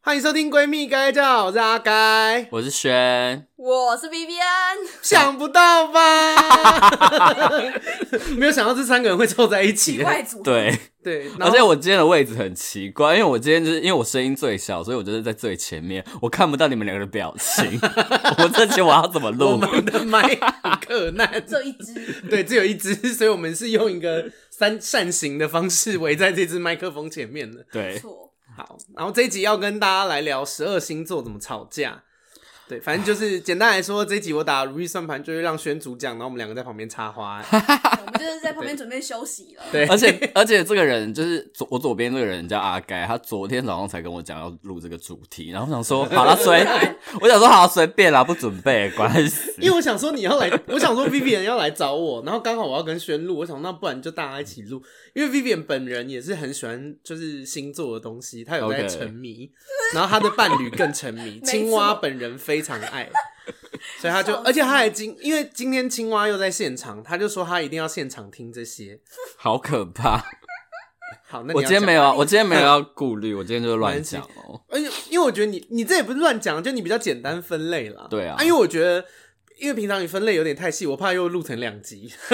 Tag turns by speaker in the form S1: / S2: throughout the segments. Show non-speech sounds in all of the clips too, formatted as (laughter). S1: 欢迎收听《闺蜜该叫》，我是阿该。
S2: 我是轩，
S3: 我是 Vivian，
S1: (laughs) 想不到吧？没有想到这三个人会凑在一起
S3: 奇。怪组合，
S2: 对，
S1: 对，然
S2: (laughs) 而且
S1: 后
S2: 我今天的位置很奇怪，因为我今天就是因为我声音最小，所以我就是在最前面，我看不到你们两个的表
S1: (laughs)
S2: 情。我这集我要怎么
S1: 我
S2: 录？
S1: 们的麦很克难，
S3: 这一支
S1: 对，只有一只，所以我们是用一个三扇形的方式围在这只麦克风前面的。
S2: 对，
S3: 错，
S1: 好，然后这一集要跟大家来聊十二星座怎么吵架。对，反正就是简单来说，这一集我打如意算盘，就会让宣主讲，然后我们两个在旁边插花。
S3: 我们就是在旁边准备休息了。
S1: 对，
S2: (laughs) 而且而且这个人就是左我左边这个人叫阿该，他昨天早上才跟我讲要录这个主题，然后我想说好了随，我想说好啦随便啦，不准备关系。
S1: (laughs) 因为我想说你要来，我想说 Vivian 要来找我，然后刚好我要跟轩录，我想那不然就大家一起录，因为 Vivian 本人也是很喜欢就是星座的东西，他有在
S2: OK
S1: 沉迷然后他的伴侣更沉迷，
S3: 错
S1: 青蛙本人非常爱，所以他就，
S3: 笑死
S1: 而且他还今因为今天青蛙又在现场，他就说他一定要现场听这些。
S2: 好可怕！
S1: 好，那你
S2: 我
S1: 要
S2: 今天
S1: 讲
S2: 没有啊，我今天没有要顾虑，我今天就是乱讲哦。
S1: 而且因为我觉得你你这也不是乱讲，就你比较简单分类啦。
S2: 对啊
S1: 因为我觉得，因为平常你分类有点太细，我怕又录成两
S2: (laughs)
S1: 集， (laughs)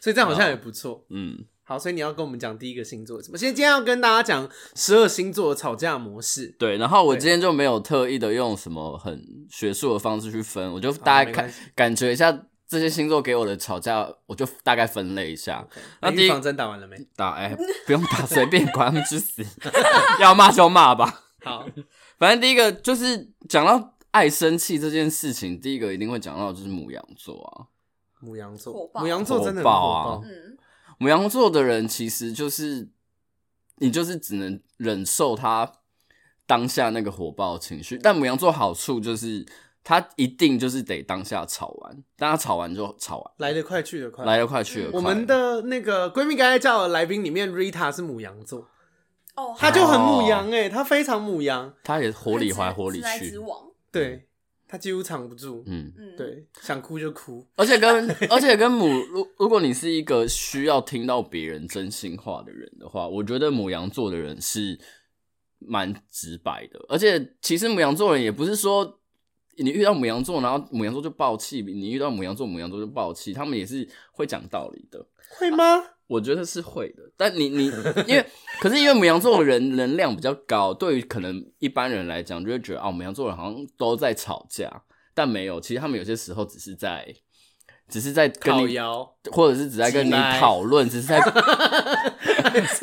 S1: 所以这样好像也不错。
S2: 嗯，
S1: 好，所以你要跟我们讲第一个星座是什么？现在今天要跟大家讲十二星座的吵架模式。
S2: 对。然后我今天就没有特意的用什么很学术的方式去分，我就大概
S1: 没
S2: 看
S1: 关系
S2: 感觉一下这些星座给我的吵架，我就大概分类一下。
S1: 那
S2: 那第
S1: 哎预
S2: 一
S1: 防针打完了没？
S2: 打哎、不用打，随便管他们去死， (laughs) 要骂就骂吧。 (laughs)
S1: 好，
S2: 反正第一个就是讲到爱生气这件事情，第一个一定会讲到就是母羊座啊。
S1: 母羊
S3: 火
S1: 座，
S3: 爆
S1: 母羊座真的很
S2: 火爆啊
S1: 火爆
S3: 嗯，
S2: 母羊座的人其实就是你，就是只能忍受他当下那个火爆情绪。但母羊座好处就是他一定就是得当下吵完，但他吵完就吵完，
S1: 来得快去得快。
S2: 来得快去得
S1: 我
S2: 快。
S1: 们的那个闺蜜刚才叫的来宾里面，Rita 是母羊座，
S3: 哦，
S1: 她就很母羊哎、欸，她非常母羊，
S2: 他也火里来火里
S3: 直来直
S2: 去，
S3: 往，
S1: 对她几乎藏不住。
S2: 嗯。
S3: 嗯，，
S1: 对，想哭就哭。
S2: 而且跟 (laughs) 而且跟母，如如果你是一个需要听到别人真心话的人的话，我觉得母羊座的人是蛮直白的。而且其实母羊座人也不是说你遇到母羊座，然后母羊座就爆气，你遇到母羊座，母羊座就爆气，他们也是会讲道理的。
S1: 会吗？
S2: 我觉得是会的，但你你因为可是因为母羊座的人能量比较高，对于可能一般人来讲，就会觉得啊，母羊座人好像都在吵架，但没有，其实他们有些时候只是在，只是在跟
S1: 烤
S2: 你，
S1: 窑，
S2: 或者是只在跟你
S1: 直白
S2: 讨论，只是在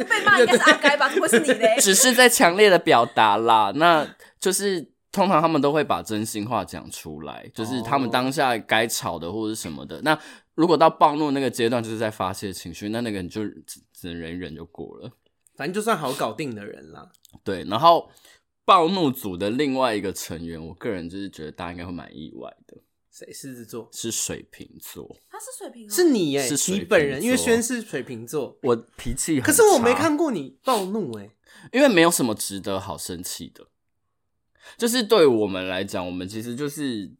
S3: 被骂应该是阿
S1: (laughs)
S3: 该吧？怎么会是你嘞？
S2: 只是在强烈的表达啦，那就是。通常他们都会把真心话讲出来，就是他们当下该吵的或者什么的。那如果到暴怒那个阶段，就是在发泄情绪，那那个你就只只能忍一忍就过了。
S1: 反正就算好搞定的人啦。
S2: 对，然后暴怒组的另外一个成员，我个人就是觉得大家应该会蛮意外的，
S1: 谁狮子座？
S2: 是水瓶座。
S3: 他是水瓶哦，
S1: 是你耶、
S2: 是水
S1: 你
S2: 瓶
S1: 本人，
S2: 座
S1: 因为轩是水瓶座，
S2: 我脾气很
S1: 可是我没
S2: 差
S1: 看过你暴怒哎、
S2: 因为没有什么值得好生气的。就是对我们来讲，我们其实就是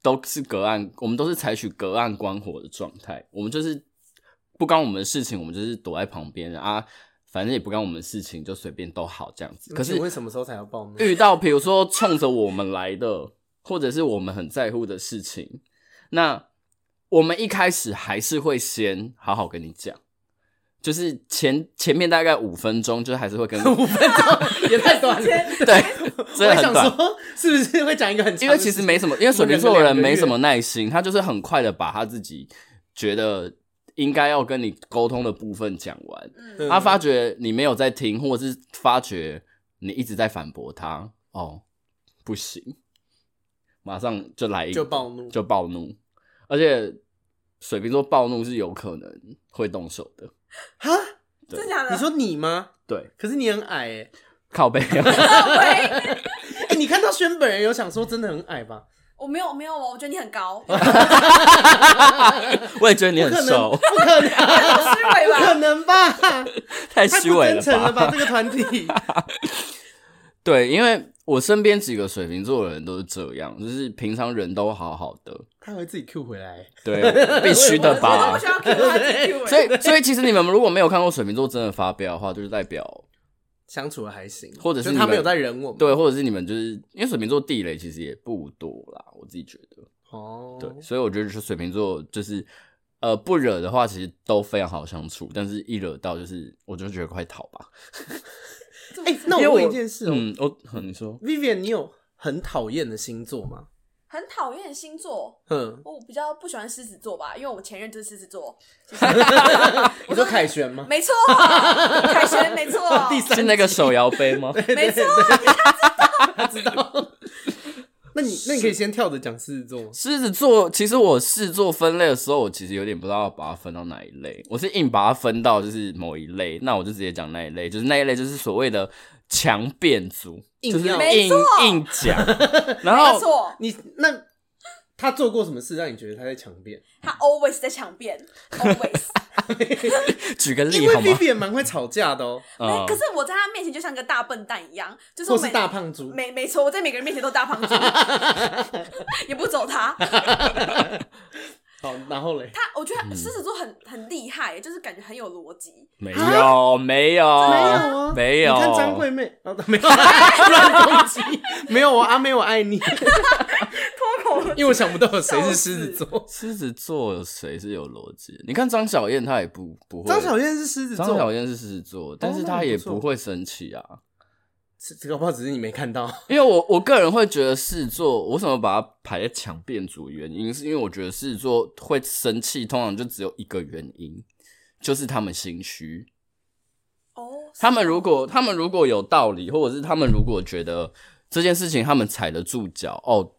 S2: 都是隔岸，我们都是采取隔岸观火的状态。我们就是不干我们的事情，我们就是躲在旁边啊，反正也不干我们的事情，就随便都好这样子。可是
S1: 为什么时候才要
S2: (laughs)
S1: 暴怒？
S2: 遇到比如说冲着我们来的，或者是我们很在乎的事情，那我们一开始还是会先好好跟你讲，就是前前面大概五分钟，就还是会跟
S1: 五分钟也太短了。
S2: 对，
S1: 我
S2: (laughs) 真
S1: 还
S2: 的
S1: 想
S2: 很短。
S1: 说，是不是会讲一个很长的事情？
S2: 因为其实没什么，因为水瓶座的人没什么耐心，他就是很快的把他自己觉得应该要跟你沟通的部分讲完，
S1: 嗯
S3: 嗯，
S2: 他发觉你没有在听，或者是发觉你一直在反驳他，哦，不行，马上就来一个
S1: 就暴怒
S2: 就暴怒，而且水瓶座暴怒是有可能会动手的，
S1: 哈，
S2: 对
S3: 真假的？
S1: 你说你吗？
S2: 对，
S1: 可是你很矮哎、(laughs)
S2: 靠背、
S3: 喂，
S1: 哎、你看到轩本人有想说真的很矮吧？
S3: 我没有没有哦，我觉得你
S1: (laughs)
S3: 很高，
S2: 我也觉得你
S1: 不
S2: 很
S1: 可能，
S2: 瘦
S1: 不，可能，
S3: 思维
S1: 不可
S3: 吧？
S1: 能
S2: (laughs)
S1: 吧？太
S2: 太虚
S1: 不
S2: 伪
S1: 真诚了啊
S2: 吧
S1: 吧？这个团
S2: (laughs)
S1: 体，
S2: 对，因为我身边几个水瓶座的人都是这样，就是平常人都好好的，
S1: 他会自己 Q 回来。
S2: 对，
S1: (laughs)
S2: 必须的
S3: 我都
S2: 吧
S3: 不需。要 Q 他 Q
S2: 所以，所以其实你们如果没有看过水瓶座真的发飙的话，就是代表
S1: 相处的还行，
S2: 或者是
S1: 就
S2: 你
S1: 他
S2: 们
S1: 有在忍我们，
S2: 对，或者是你们就是因为水瓶座地雷其实也不多啦，我自己觉得。
S1: 哦，
S2: 对，所以我觉得就是水瓶座就是呃不惹的话，其实都非常好相处，但是一惹到就是我就觉得快逃吧。
S1: 哎、那
S2: 因为
S1: 我问
S2: 我
S1: 一件事哦、
S2: 嗯，我哼你说
S1: v i v i a n 你有很讨厌的星座吗？
S3: 很讨厌的星座。
S1: 嗯，
S3: 我比较不喜欢狮子座吧，因为我前任就是狮子座，
S1: (laughs) 你说凯旋吗？
S3: 没错，凯旋没错，
S1: (laughs) 第
S2: 是那个手摇杯
S1: (laughs)
S2: 吗？
S3: 没错，
S1: 那你那你可以先跳着讲狮子座吗？
S2: 狮子座，其实我狮子座分类的时候，我其实有点不知道要把它分到哪一类，我是硬把它分到就是某一类，那我就直接讲那一类，就是那一类就是所谓的强辩族，
S1: 硬
S2: 就是
S1: 要
S2: 硬
S3: 没错
S2: 硬讲，
S1: (laughs)
S2: 然
S3: 没
S2: 后
S3: 错，
S1: 你那他做过什么事让你觉得他在强辩？
S3: 他 always 在强辩，always。
S2: (laughs) 举个
S1: 因
S2: 例
S1: 为
S2: 好吗？
S1: Vivi 也蛮会吵架的哦、
S2: 嗯
S3: 没，可是我在他面前就像个大笨蛋一样，就是
S1: 或
S3: 我
S1: 是
S3: 每
S1: 大胖猪。
S3: 没没错，我在每个人面前都大胖猪，
S2: (laughs)
S3: 也不走他。
S1: 好，然后嘞，
S3: 他我觉得狮子座很很厉害，就是感觉很有逻辑。
S2: 没
S1: 啊
S2: 有哦没有啊没有，
S1: 你看张惠妹，啊、
S2: (laughs)
S1: 没有乱攻击，没有我阿妹我爱你，
S3: 脱口而
S1: 因为我想不到有谁是狮子座。
S2: 狮子座有谁是有逻辑的？你看张小燕，她也不不会。
S1: 张小燕是狮子
S2: 张小
S1: 座，哦
S2: 燕是狮子座，但是
S1: 那
S2: 她
S1: 也
S2: 也
S1: 不错
S2: 不会生气啊。
S1: 这这个不好，只是你没看到。
S2: 因为我我个人会觉得狮子座，我为什么把它排在强辩组？原因是因为我觉得狮子座会生气，通常就只有一个原因，就是他们心虚。
S3: 哦，
S2: 他们如果他们如果有道理，或者是他们如果觉得这件事情他们踩得住脚，哦，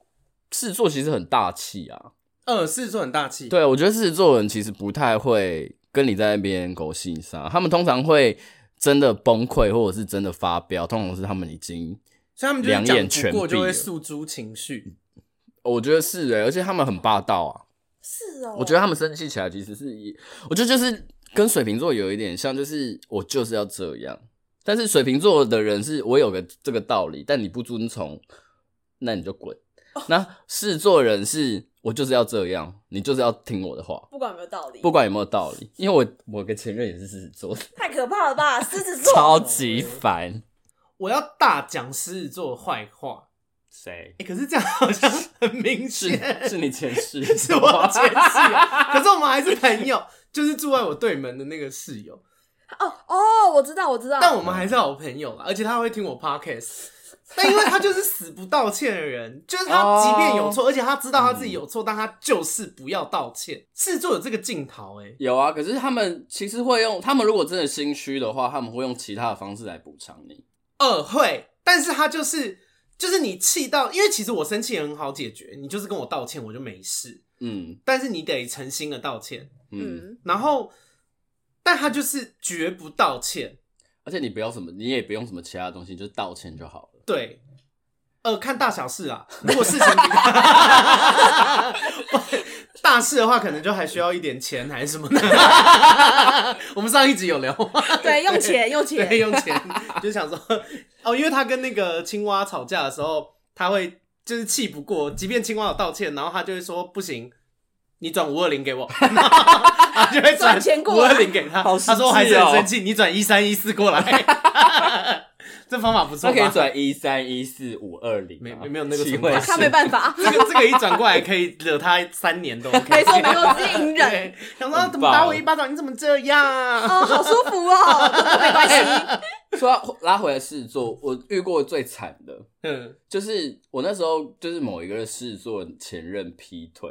S2: 狮子座其实很大气啊。
S1: 呃，狮子座很大气，
S2: 对，我觉得狮子座人其实不太会跟你在那边狗戏杀，他们通常会真的崩溃，或者是真的发飙，通常是他们已经，
S1: 所以他们就是
S2: 两眼
S1: 讲
S2: 全
S1: 不过就
S2: 闭
S1: 会
S2: 了
S1: 诉诸情绪。
S2: 我觉得是欸诶、而且他们很霸道啊。
S3: 是哦，
S2: 我觉得他们生气起来其实是一，我觉得就是跟水瓶座有一点像，就是我就是要这样。但是水瓶座的人是我有个这个道理，但你不遵从，那你就滚。那狮子座人是我就是要这样，你就是要听我的话，
S3: 不管有没有道理，
S2: 不管有没有道理。因为我我跟前任也是狮子座的，
S3: 太可怕
S2: (laughs)
S3: 了吧，狮子座。
S2: 超
S1: 哦
S2: 级烦。
S1: 我要大讲狮子座坏话，
S2: 谁？
S1: 哎、可是这样好像很明
S2: (laughs) 是
S1: 显。
S2: 是你前世？
S1: (laughs) 是我前室友，可是我们还是朋友，就是住在我对门的那个室友，
S3: 哦哦，我知道，我知道。
S1: 但我们还是好朋友啦，而且他会听我 podcast。但因为他就是死不道歉的人，
S2: (laughs)
S1: 就是他即便有
S2: 哦
S1: 错，而且他知道他
S2: 嗯
S1: 自己有错，但他就是不要道歉。狮子座有这个镜头、欸，
S2: (laughs) 有啊，可是他们其实会用，他们如果真的心虚的话，他们会用其他的方式来补偿你。
S1: 呃，会，但是他就是就是你气到，因为其实我生气也很好解决，你就是跟我道歉，我就没事。
S2: 嗯
S1: 但是你得诚心的道歉，
S2: 嗯，
S3: 嗯，
S1: 然后，但他就是绝不道歉，
S2: 而且你不要什么，你也不用什么其他东西，就是道歉就好了。
S1: 对，呃，看大小事啦。如果事情比 (laughs) 大事的话，可能就还需要一点钱还是什么的。我们上一集有聊，
S2: 嗯
S3: 对，用钱
S2: (laughs)
S3: 用钱
S1: 对，，用钱，就想说哦，因为他跟那个青蛙吵架的时候，他会就是气不过，即便青蛙有道歉，然后他就会说不行。你转五二零给
S2: (laughs)
S1: 我，然后他就会转
S3: 转钱
S1: 五
S3: 过
S1: 二
S3: 来
S1: 零给他。
S2: 好实际
S1: 他说我还是很
S2: 哦
S1: 生气，你转一三一四过来。
S2: (laughs)
S1: 这方法不错
S2: 他
S1: 吧？
S2: 可以转 (laughs) 一三一四五二零，啊
S1: 没没没有那个
S2: 机
S1: 存款
S2: 会
S1: 卡
S3: 他没
S2: (laughs)
S3: 办法，
S1: 这个这个一转过来可以惹他三年都 OK。
S3: 没错没错，直接隐忍。
S1: 对，想说怎么打我一巴掌，你怎么这样？
S3: 哦，好舒服哦，真的没关系。
S2: 说到拉回来狮子座，我遇过最惨的
S1: 嗯
S2: 就是我那时候就是某一个狮子座前任劈腿，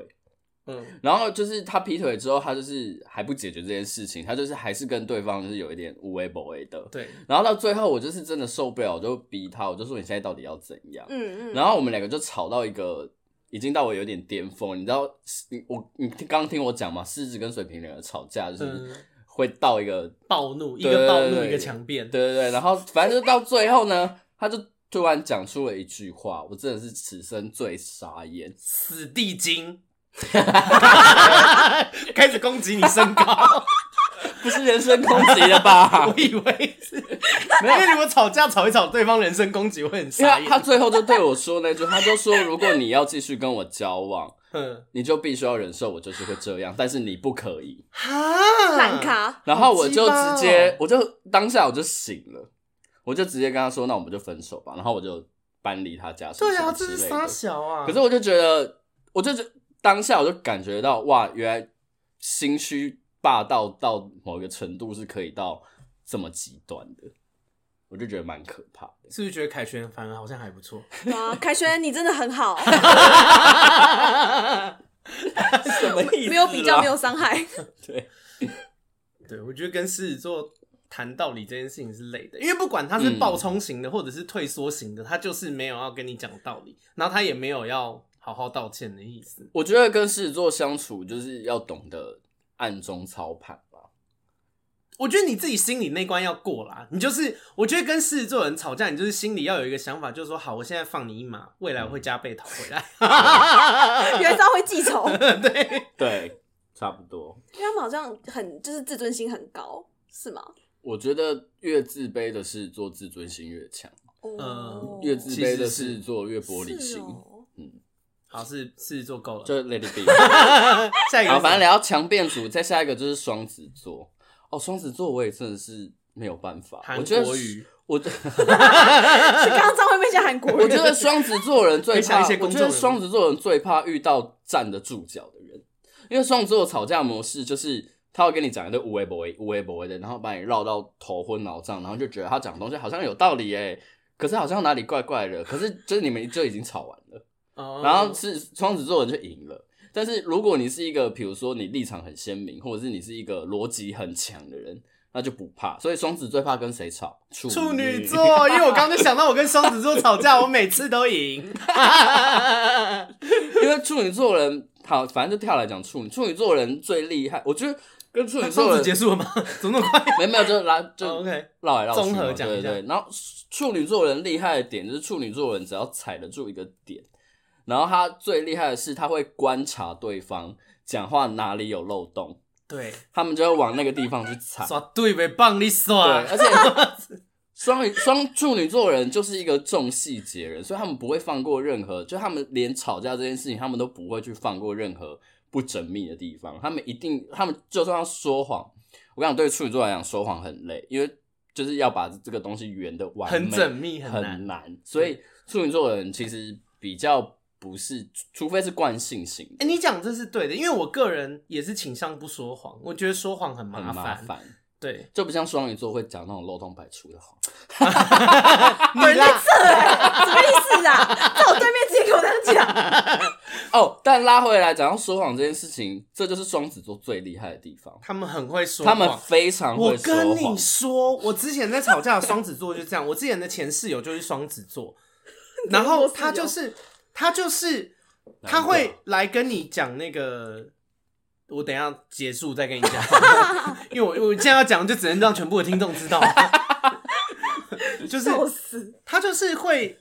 S1: 嗯，
S2: 然后就是他劈腿之后，他就是还不解决这件事情，他就是还是跟对方就是有一点无微不微的。
S1: 对，
S2: 然后到最后，我就是真的受不了，我就逼他，我就说你现在到底要怎样？
S3: 嗯
S2: (laughs)
S3: 嗯，
S2: 然后我们两个就吵到一个已经到我有点巅峰，你知道，你我你刚刚听我讲嘛，狮子跟水瓶两个吵架就是
S1: 嗯
S2: 会到一个，
S1: 暴怒，一
S2: 对
S1: 个暴
S2: 对
S1: 怒，
S2: 对
S1: 一个强辩
S2: 对。对对，然后反正就到最后呢，他就突然讲出了一句话，我真的是此生最傻眼。
S1: 死地精， (laughs) 开始攻击你身高，
S2: 不是人身攻击了吧
S1: 我？以为是，
S2: 没
S1: 因
S2: 有
S1: 为如果吵架吵一吵，对方人身攻击会很
S2: 因
S1: 傻
S2: 为他
S1: 眼。
S2: 最后就对我说那句，他就说如果你要继续跟我交往，
S1: 嗯，
S2: 你就必须要忍受我就是会这样，但是你不可以。
S1: 哈，
S3: 烂，咖，
S2: 然后我就直
S1: 好鸡巴
S2: 接，
S1: 哦
S2: 我就当下我就醒了，我就直接跟他说，那我们就分手吧，然后我就搬离他家什么
S1: 对
S2: 什
S1: 啊，
S2: 么
S1: 这
S2: 之
S1: 是
S2: 类的。
S1: 傻小啊！
S2: 可是我就觉得，我就觉当下我就感觉到，哇，原来心虚霸道到某一个程度是可以到这么极端的，我就觉得蛮可怕的。
S1: 是不是觉得凯旋反而好像还不错？
S3: 啊，凯旋，你真的很好，
S2: 什么意思？
S3: 没有比较，没。有伤害。
S2: 对，
S1: 对，我觉得跟狮子座谈道理这件事情是累的，因为不管他
S2: 嗯
S1: 是暴冲型的或者是退缩型的，他就是没有要跟你讲道理，然后他也没有要好好道歉的意思。
S2: 我觉得跟狮子座相处就是要懂得暗中操盘吧。
S1: 我觉得你自己心里那关要过啦，你就是我觉得跟狮子座人吵架，你就是心里要有一个想法，就是说好，我现在放你一马，未
S2: 嗯
S1: 来我会加倍讨回来。
S3: 袁绍会记仇，因为
S2: 对，差不多。
S3: 他们好像很就是自尊心很高，是吗？
S2: 我觉得越自卑的狮子座自尊心越强，
S1: 嗯
S2: 越自
S1: 其实
S2: 卑的狮子
S1: 是
S2: 座越玻璃
S3: 哦是
S2: 心。
S3: 哦
S1: (laughs) 好，是狮子座够了，
S2: 就 Let it be。
S1: (laughs) 下一个
S2: 好，
S1: 是
S2: 反正聊强变组，再下一个就是双子座。哦，双子座我也真的是没有办法。我
S1: 韩
S2: 觉得
S1: 国语，
S2: 我
S3: 是刚刚张惠妹讲韩国人，
S2: 我觉得双子座人最
S1: 可以想
S2: 怕，
S1: 一些
S2: 我
S1: 公
S2: 觉
S1: 众人
S2: 得
S1: 物
S2: 双子座人最怕遇到站得住脚的人，因为双子座吵架模式就是他会跟你讲一堆无为不为、无为不为的，然后把你绕到头昏脑胀，然后就觉得他讲的东西好像有道理耶，可是好像哪里怪怪的，可是就是你们就已经吵完了。
S1: 哦
S2: 然后是双子座人就赢了。但是如果你是一个，比如说你立场很鲜明，或者是你是一个逻辑很强的人，那就不怕。所以双子最怕跟谁吵？处
S1: 处女
S2: 女 (laughs)
S1: 座，因为我刚刚就想到我跟双子座吵架，我每次都赢。
S2: 因为处女座人好，反正就跳来讲处女，处女座人最厉害。我觉得跟处女座
S1: 双子
S2: 人
S1: 结束了
S2: (laughs)
S1: 吗？怎么那么快？
S2: 没有没有就来就
S1: 哦 OK
S2: 绕来绕去嘛，
S1: 综合讲一
S2: 对
S1: 下
S2: 对。对然后处女座人厉害的点就是处女座人只要踩得住一个点，然后他最厉害的是他会观察对方讲话哪里有漏洞。
S1: 对，
S2: 他们就会往那个地方去踩。
S1: 耍对呗，棒你
S2: 对，
S1: 耍。
S2: 而且
S1: (laughs)
S2: 双鱼双处女座人就是一个重细节人，所以他们不会放过任何，就他们连吵架这件事情，他们都不会去放过任何不缜密的地方。他们一定，他们就算要说谎，我跟你讲，对处女座来讲，说谎很累，因为就是要把这个东西圆的完
S1: 很
S2: 美
S1: 缜密很
S2: 很
S1: 难
S2: 所以处女座人其实比较不是，除非是惯性型的，
S1: 哎、你讲这是对的，因为我个人也是倾向不说谎，我觉得说谎很
S2: 很
S1: 麻
S2: 麻
S1: 烦。
S2: 烦。
S1: 对，
S2: 就不像双鱼座会讲那种漏洞百出的话，
S1: (laughs) 你啦，
S3: 什么意思啊？ (laughs) 在我对面直接给我这样讲，
S2: 哦，但拉回来讲到说谎这件事情，这就是双子座最厉害的地方，
S1: 他们很会说
S2: 他
S1: 谎，
S2: 们非常
S1: 我
S2: 会说
S1: 跟
S2: 谎
S1: 你。说，我之前在吵架的双子座就这样，我之前的前室友就是双子
S3: (laughs)
S1: 座，然后他就是他就是他
S2: 难怪
S1: 会来跟你讲那个，我等一下结束再跟你讲，
S3: (laughs)
S1: 因为我我现在要讲就只能让全部的听众知道， (laughs) 就是
S3: 笑死！
S1: 他就是会，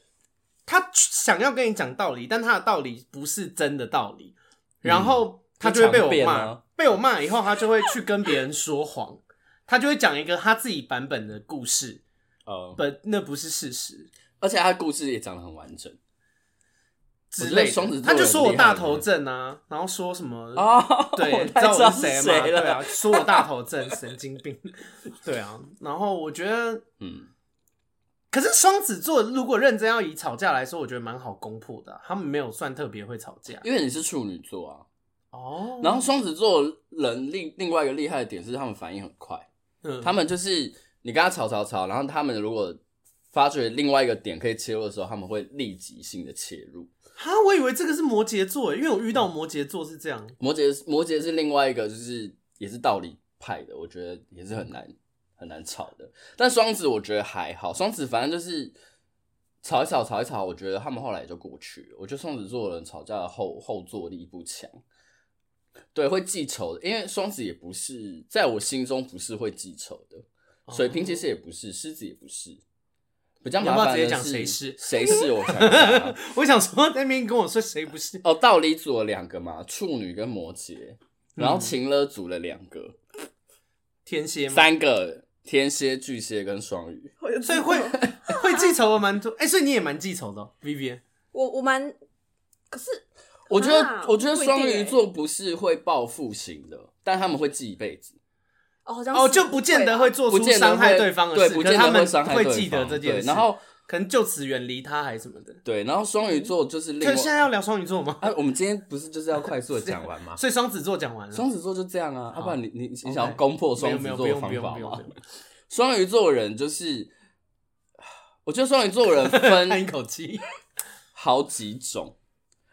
S1: 他想要跟你讲道理，但他的道理不是真的道理，然后他就会被我
S2: 嗯就
S1: 骂，
S2: 常变啊
S1: (laughs) 被我骂以后，他就会去跟别人说谎，他就会讲一个他自己版本的故事，
S2: 呃，
S1: 不，那不是事实
S2: 而且他的故事也讲得很完整
S1: 之类
S2: 我觉得双子
S1: 的。
S2: 座
S1: 他就说我
S2: 很厉害
S1: 大头症啊，然后说什么。
S2: 哦 (laughs)
S1: 对，知
S2: 太
S1: 道
S2: 知道
S1: 我
S2: 是
S1: 谁吗？
S2: 谁
S1: 对
S2: 了
S1: 啊，说我大头症，神经病。对啊，然后我觉得
S2: 嗯，
S1: 可是双子座如果认真要以吵架来说，我觉得蛮好攻破的啊、他们没有算特别会吵架
S2: 因为你是处女座啊，
S1: 哦。
S2: 然后双子座人另另外一个厉害的点是他们反应很快，
S1: 嗯
S2: 他们就是你跟他吵吵吵，然后他们如果发觉另外一个点可以切入的时候，他们会立即性的切入。
S1: 哈，我以为这个是摩羯座耶，因为我遇到摩羯座是这样，
S2: 摩羯摩羯是另外一个，就是也是道理派的，我觉得也是很难很难吵的。但双子我觉得还好，双子反正就是吵一吵吵一吵，我觉得他们后来也就过去了。我觉得双子座的人吵架的后后坐力不强，对，会记仇的，因为双子也不是在我心中不是会记仇的，水瓶其实也不是，狮子也不是。比较
S1: 哦
S2: 麻
S1: 你要不
S2: 烦
S1: 要
S2: 的
S1: 直接讲谁
S2: 谁
S1: 是
S2: 谁是我想一下啊
S1: (laughs) 我想说那边跟我说谁不是，
S2: 哦，道理组了两个嘛，处女跟摩羯，然后情勒组了两个，
S1: 天蝎吗？
S2: 三个天蝎、巨蟹跟双鱼。
S3: 我就知
S1: 所
S3: 道
S1: 以会会记仇的蛮多，哎、所以你也蛮记仇的、哦、，Vivian。
S3: 我我蛮，可是
S2: 我觉得，
S3: 啊
S2: 我觉得
S3: 不一定
S2: 双鱼
S3: 欸
S2: 座不是会报复型的，但他们会记一辈子。
S3: 哦，好像
S1: 哦，
S3: 是
S1: 就不见得
S3: 啊
S1: 会做
S2: 不
S1: 出
S2: 见得
S1: 伤害
S2: 会
S1: 对方的
S2: 对，
S1: 事，
S2: 不
S1: 可
S2: 见
S1: 是
S2: 得
S1: 他们
S2: 伤害
S1: 会
S2: 对
S1: 记得
S2: 方
S1: 这件
S2: 对
S1: 事，
S2: 然后
S1: 可能就此远离他还是什么的。
S2: 对，然后双鱼座就是另
S1: 可
S2: 外
S1: 是现在要聊双鱼座吗？
S2: 啊，我们今天不是就是要快速的讲
S1: (laughs)
S2: 完吗？
S1: 所以双子座讲完了，
S2: 双子座就这样啊，要、不然你你你想要
S1: OK
S2: 攻破
S1: 没
S2: 双
S1: 有
S2: 子
S1: 没有
S2: 座
S1: 不
S2: 的
S1: 用
S2: 方
S1: 不用
S2: 法
S1: 不用
S2: 吗
S1: 不？用
S2: 双鱼座人就是， (sighs) 我觉得双鱼座人
S1: (laughs)
S2: 分
S1: 叹一口气。
S2: 好几种，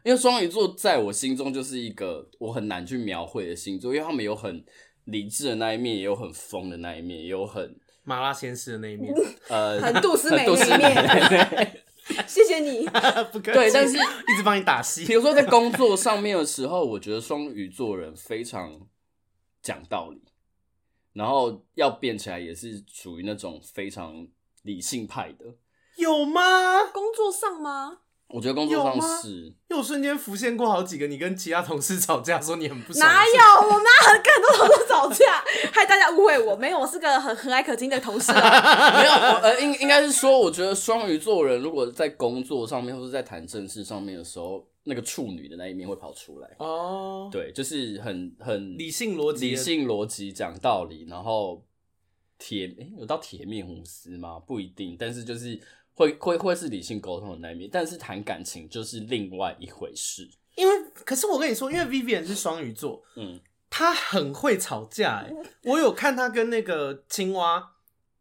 S2: 因为双鱼座在我心中就是一个我很难去描绘的星座，因为他们有很理智的那一面，也有很疯的那一面，也有很
S1: 麻辣鲜师的那一
S2: (laughs)
S1: 面，
S2: 呃
S3: 很杜思
S2: (laughs)
S3: 美
S2: 很杜
S3: 那
S2: 斯
S3: 一面， (laughs)
S2: 美
S3: 谢谢你。
S1: 不客气
S2: 对，但是
S1: 一直帮你打
S2: 比 (laughs)
S1: 戏，
S2: 如说在工作上面的时候，我觉得双鱼座人非常讲道理，然后要变起来也是属于那种非常理性派的。
S1: 有吗？
S3: 工作上吗？
S2: 我觉得工作
S1: 有
S2: 上
S1: 吗
S2: 是，
S1: 因为我瞬间浮现过好几个你跟其他同事吵架说你很不爽，啊
S3: 哪有？我们很更多同事吵架，害大家误会我。没有，我是个很和蔼可亲的同事啊。
S2: (laughs) 没有，我呃，应应该是说，我觉得双鱼座人如果在工作上面或是在谈正事上面的时候，那个处女的那一面会跑出来。
S1: 哦，
S2: 对，就是很很
S1: 理性逻辑的
S2: 理性逻辑讲道理，然后铁诶、有到铁面无私吗？不一定，但是就是会会会是理性沟通的那一面，但是谈感情就是另外一回事。
S1: 因为可是我跟你说，因为 Vivian 是双鱼座，
S2: 嗯，
S1: 他很会吵架、欸。我有看他跟那个青蛙，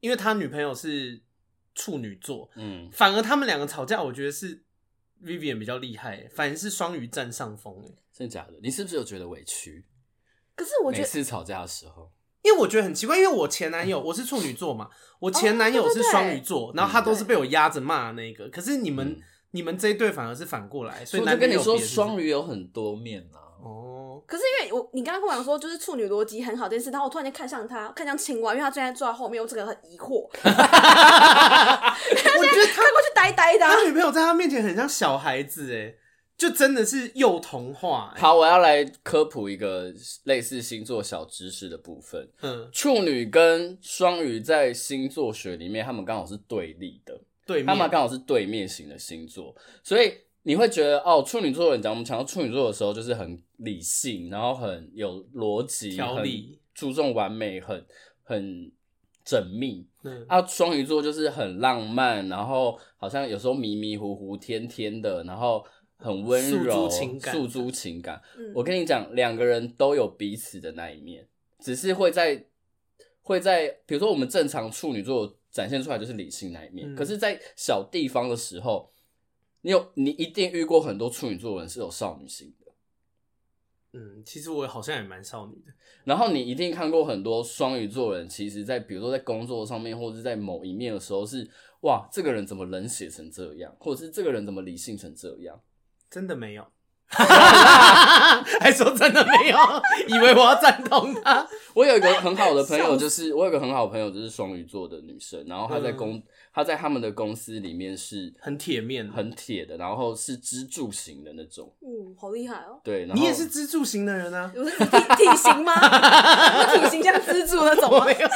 S1: 因为他女朋友是处女座，
S2: 嗯，
S1: 反而他们两个吵架，我觉得是 Vivian 比较厉害、欸，反而是双鱼占上风、欸。
S2: 真的假的？你是不是有觉得委屈？
S3: 可是我觉
S2: 每
S3: 得
S2: 次吵架的时候，
S1: 因为我觉得很奇怪，因为我前男友我是处女座嘛，我
S2: 哦
S1: 前男友是双鱼座，然后他都是被我压着骂的那个。可是你们、
S2: 嗯
S1: 你们这一对反而是反过来，所
S2: 所
S1: 以
S2: 以我
S1: 难
S2: 就
S1: 免
S2: 跟你
S1: 有
S2: 说，
S1: 别的是
S2: 双鱼有很多面
S1: (laughs)
S2: 啊。
S1: 哦，
S3: 可是因为我你刚刚跟我讲说就是处女逻辑很好这件事，然后我突然间看向他，看向青蛙，因为他现在坐在后面，我这个很疑惑，
S1: (laughs)
S3: 看
S1: 我觉得他
S3: 过去呆呆的啊、
S1: 他女朋友在他面前很像小孩子哎、就真的是幼童化、欸。
S2: 好，我要来科普一个类似星座小知识的部分。
S1: 嗯，
S2: 处女跟双鱼在星座学里面，他们刚好是对立的。
S1: 对
S2: 他
S1: 面
S2: 们刚好是对面型的星座，所以你会觉得哦，处女座的人讲我们讲到处女座的时候，就是很理性，然后很有逻辑，
S1: 条理
S2: 很注重完美，很很缜密。
S1: 嗯
S2: 啊，双鱼座就是很浪漫，然后好像有时候迷迷糊糊、天天的，然后很温
S1: 诉
S2: 柔，
S1: 诸情感
S2: 诉诸情感
S3: (laughs) 嗯
S2: 我跟你讲，两个人都有彼此的那一面，只是会在会在，比如说我们正常处女座展现出来就是理性那一面，
S1: 嗯
S2: 可是，在小地方的时候，你有你一定遇过很多处女座的人是有少女心的，
S1: 嗯，其实我好像也蛮少女的，
S2: 然后你一定看过很多双鱼座人，其实在比如说在工作上面，或者是在某一面的时候是哇，这个人怎么冷血成这样，或者是这个人怎么理性成这样，
S1: 真的没
S2: (laughs)
S1: 有，还说真的没有，以为我要赞同他。
S2: (laughs) 我有一个很好的朋友，就是我有一个很好的朋友，就是双鱼座的女生，然后
S1: 嗯
S2: 她在公，她在他们的公司里面是
S1: 很铁面
S2: 很铁的，然后是支柱型的那种，
S3: 嗯，好厉害哦！
S2: 对，然后
S1: 你也是支柱型的人啊？
S3: 我是体体型吗？我体型像蜘蛛那种
S1: 我
S3: 吗
S1: 没？有，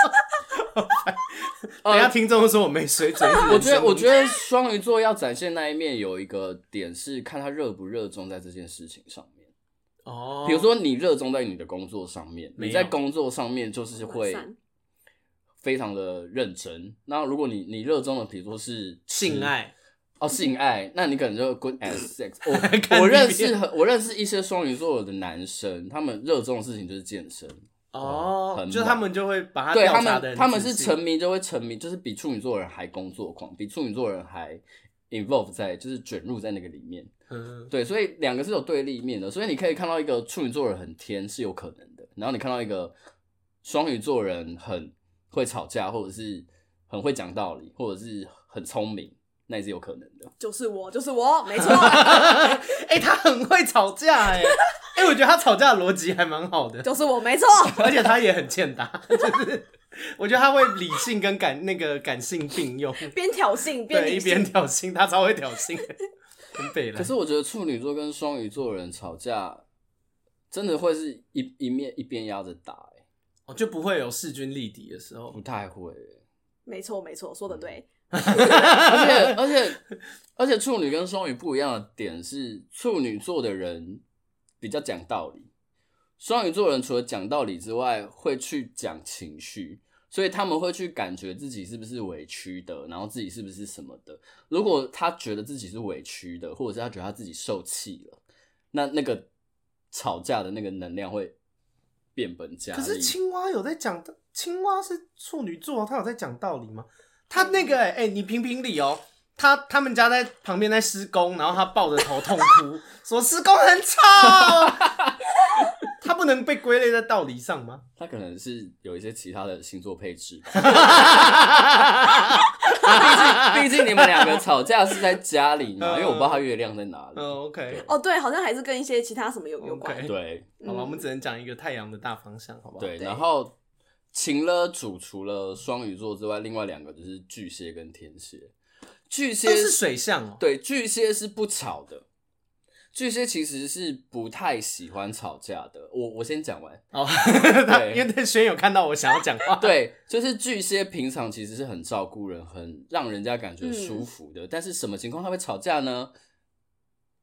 S1: 等一下听众说我没水准。
S2: 呃我觉得，我
S1: 得
S2: 觉得双鱼座要展现那一面有一个点是看他热不热衷在这件事情上面。
S1: 哦，
S2: 比如说，你热衷在你的工作上面，
S1: 没有
S2: 你在工作上面就是会
S3: 懒散
S2: 非常的认真。那如果你你热衷的，比如说是吃
S1: 性爱，
S2: 哦，性爱，那你可能
S1: (laughs)
S2: 就 good as sex 我。
S1: 看
S2: 我
S1: 你
S2: 认识很我认识一些双鱼座的男生，他们热衷的事情就是健身，
S1: 哦，
S2: 很
S1: 就是他们就会把他
S2: 对他
S1: 调查的
S2: 们
S1: 很
S2: 他们
S1: 仔
S2: 是
S1: 细
S2: 沉迷就会沉迷，就是比处女座人还工作狂，比处女座人还 involve 在就是卷入在那个里面。
S1: 嗯 (laughs)
S2: 对，所以两个是有对立面的，所以你可以看到一个处女座人很天是有可能的，然后你看到一个双鱼座人很会吵架，或者是很会讲道理，或者是很聪明，那也是有可能的。
S3: 就是我，就是我，没错。
S1: (laughs) 哎、他很会吵架哎、 (laughs) 哎、我觉得他吵架的逻辑还蛮好的，
S2: 哦
S3: 就是我，没错。
S1: (laughs) 而且他也很欠打， (laughs) 就是我觉得他会理性跟感那个感性并用，
S3: 边挑衅边
S1: 对，
S3: 理
S1: 一
S3: 性
S1: 边挑衅，他超会挑衅， (laughs) 很北了
S2: 可。是我觉得处女座跟双鱼座人吵架，真的会是一一面一边压着打、欸，
S1: 哦就不会有势均力敌的时
S2: 不
S1: 候。
S2: 太会欸、
S3: 没错，没错，说的对。
S2: 而且而且而且处女跟双鱼不一样的点是，处女座的人比较讲道理，双鱼座人除了讲道理之外，会去讲情绪，所以他们会去感觉自己是不是委屈的，然后自己是不是什么的。如果他觉得自己是委屈的，或者是他觉得他自己受气了，那那个吵架的那个能量会变本加厉。
S1: 可是青蛙有在讲，青蛙是处女座，他有在讲道理吗？他那个哎、哎你评评理哦。他他们家在旁边在施工，然后他抱着头痛
S2: (laughs)
S1: 哭，说施工很吵。他不能被归类在道理上
S2: (laughs)
S1: 吗？
S2: 他可能是有一些其他的星座配置吧，
S1: (laughs)
S2: 毕竟毕竟你们两个吵架是在家里嘛，
S1: 嗯
S2: 因为我不知道他月亮在
S1: (laughs)
S2: 哪里。
S1: 嗯，OK，
S3: 哦，对，好像还是跟一些其他什么有有关。
S1: OK
S2: 对
S1: 好吧，
S3: 嗯
S1: 我们只能讲一个太阳的大方向，好不好？
S2: 对，然后晴了主除了双鱼座之外，另外两个就是巨蟹跟天蝎。巨蟹
S1: 都是水象哦。
S2: 对，巨蟹是不吵的。巨蟹其实是不太喜欢吵架的。我我先讲完，
S1: 哦，他 (laughs) 因为那轩有看到我想要讲话，
S2: (laughs) 对，就是巨蟹平常其实是很照顾人，很让人家感觉
S1: 嗯
S2: 舒服的。但是什么情况他会吵架呢？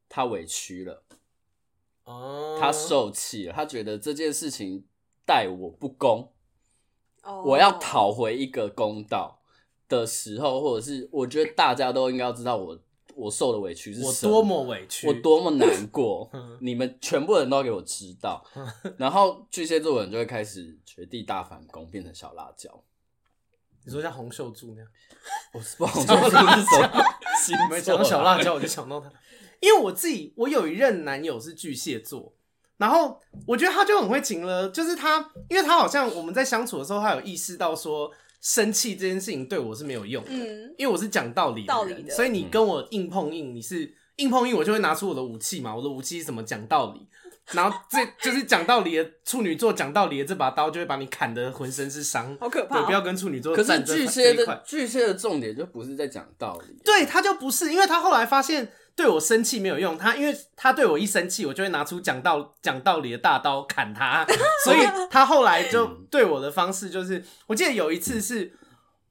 S2: 他委屈了，
S1: 哦
S2: (laughs) 他受气了，他觉得这件事情待我不公，
S3: 哦，
S2: 我要讨回一个公道的时候，或者是我觉得大家都应该要知道我我受的委屈是
S1: 我
S2: 什
S1: 多么委屈，
S2: 我多么难
S1: (laughs)
S2: 过
S1: 嗯，
S2: 你们全部人都要给我知道。然后巨蟹座人就会开始绝地大反攻，变成小辣椒。
S1: 你说像红袖柱那样，
S2: 我是不好说是什么
S1: (laughs)
S2: 星
S1: 你们讲到小辣椒，我就想到他，因为我自己我有一任男友是巨蟹座，然后我觉得他就很会情了，就是他，因为他好像我们在相处的时候，他有意识到说生气这件事情对我是没有用的，
S3: 嗯，
S1: 因为我是讲道理的人
S3: 道理的
S1: 所以你跟我硬碰硬，你是硬碰硬，我就会拿出我的武器嘛。我的武器是什么？讲道理。然后这就是讲道理的处女座，讲道理的这把刀就会把你砍得浑身是伤，
S3: 好可怕
S1: 对，
S3: 哦
S1: 不要跟处女座
S2: (laughs) 可是
S1: 站这
S2: 巨
S1: 这
S2: 蟹
S1: 一
S2: 的
S1: 块
S2: 巨蟹的重点就不是在讲道理，啊
S1: 对他就不是，因为他后来发现对我生气没有用，他因为他对我一生气，我就会拿出讲道讲道理的大刀砍
S2: (laughs)
S1: 他，所以他后来就对我的方式就是，我记得有一次是，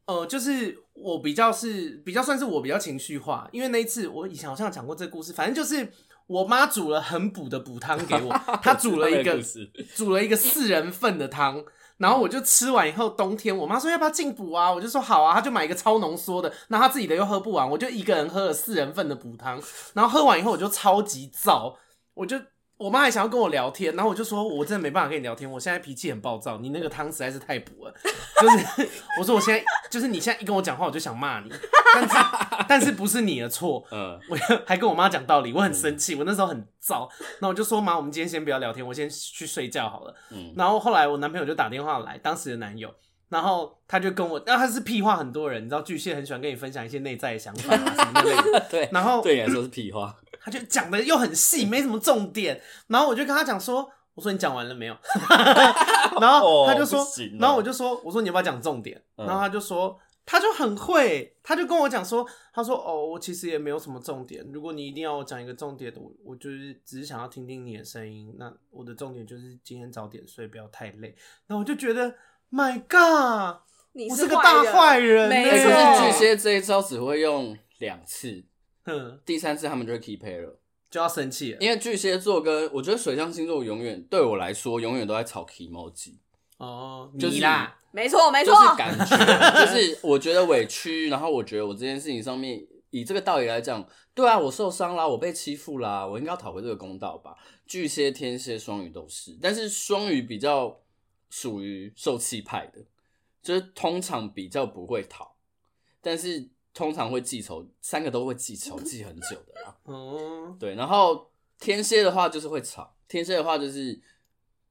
S1: 呃，就是我比较是比较算是我比较情绪化，因为那一次我以前好像讲过这个故事，反正就是。我妈煮了很补的补汤给我，她煮
S2: (laughs)
S1: 了一
S2: 那
S1: 个
S2: 故事
S1: 煮了一个四人份的汤，然后我就吃完以后，冬天我妈说要不要进补啊，我就说好啊，她就买一个超浓缩的，然后她自己的又喝不完，我就一个人喝了四人份的补汤，然后喝完以后我就超级燥，我就我妈还想要跟我聊天，然后我就说我真的没办法跟你聊天，我现在脾气很暴躁，你那个汤实在是太补了，就是 (laughs) 我说我现在就是你现在一跟我讲话我就想骂你，但是但是不是你的错， (laughs)
S2: 嗯，
S1: 我还跟我妈讲道理，我很生气，我那时候很燥，那我就说妈，我们今天先不要聊天，我先去睡觉好了。
S2: 嗯
S1: 然后后来我男朋友就打电话来，当时的男友，然后他就跟我，那、他是屁话很多人，你知道巨蟹很喜欢跟你分享一些内在的想法啊什么之
S2: (laughs)
S1: 类的，
S2: 对，
S1: 然后
S2: 对你来说是屁 (laughs) 话，
S1: 他就讲的又很细，没什么重点，然后我就跟他讲说。我说你讲完了没有？ (laughs) 然后他就说，
S2: 哦不行啊
S1: 然后我就说，我说你要不要讲重点？
S2: 嗯
S1: 然后他就说，他就很会，他就跟我讲说，他说哦，我其实也没有什么重点。如果你一定要我讲一个重点，我我就是只是想要听听你的声音。那我的重点就是今天早点睡，不要太累。然后我就觉觉得，My God，
S3: 你
S1: 我
S3: 是
S1: 个大
S3: 坏
S1: 坏
S3: 人，
S1: 人呢、
S3: 没
S2: 哎可
S3: 错
S2: 是巨蟹这一招只会用两次，
S1: 嗯，
S2: 第三次他们就会 keep pair 了，
S1: 就要生气了。
S2: 因为巨蟹座跟我觉得水象星座永远对我来说永远都在吵 emoji，
S1: 哦，
S2: 就是
S1: 你啦，
S3: 没错没
S2: 就
S3: 哎错，
S2: 是感觉，就是我觉得委屈，然后我觉得我这件事情上面，以这个道理来讲，对啊，我受伤啦，我被欺负啦，我应该要讨回这个公道吧。巨蟹、天蝎、双鱼都是，但是双鱼比较属于受气派的，就是通常比较不会讨，但是通常会记仇，三个都会记仇，记很久的啦。
S1: 哦，
S2: 对，然后天蝎的话就是会吵，天蝎的话就是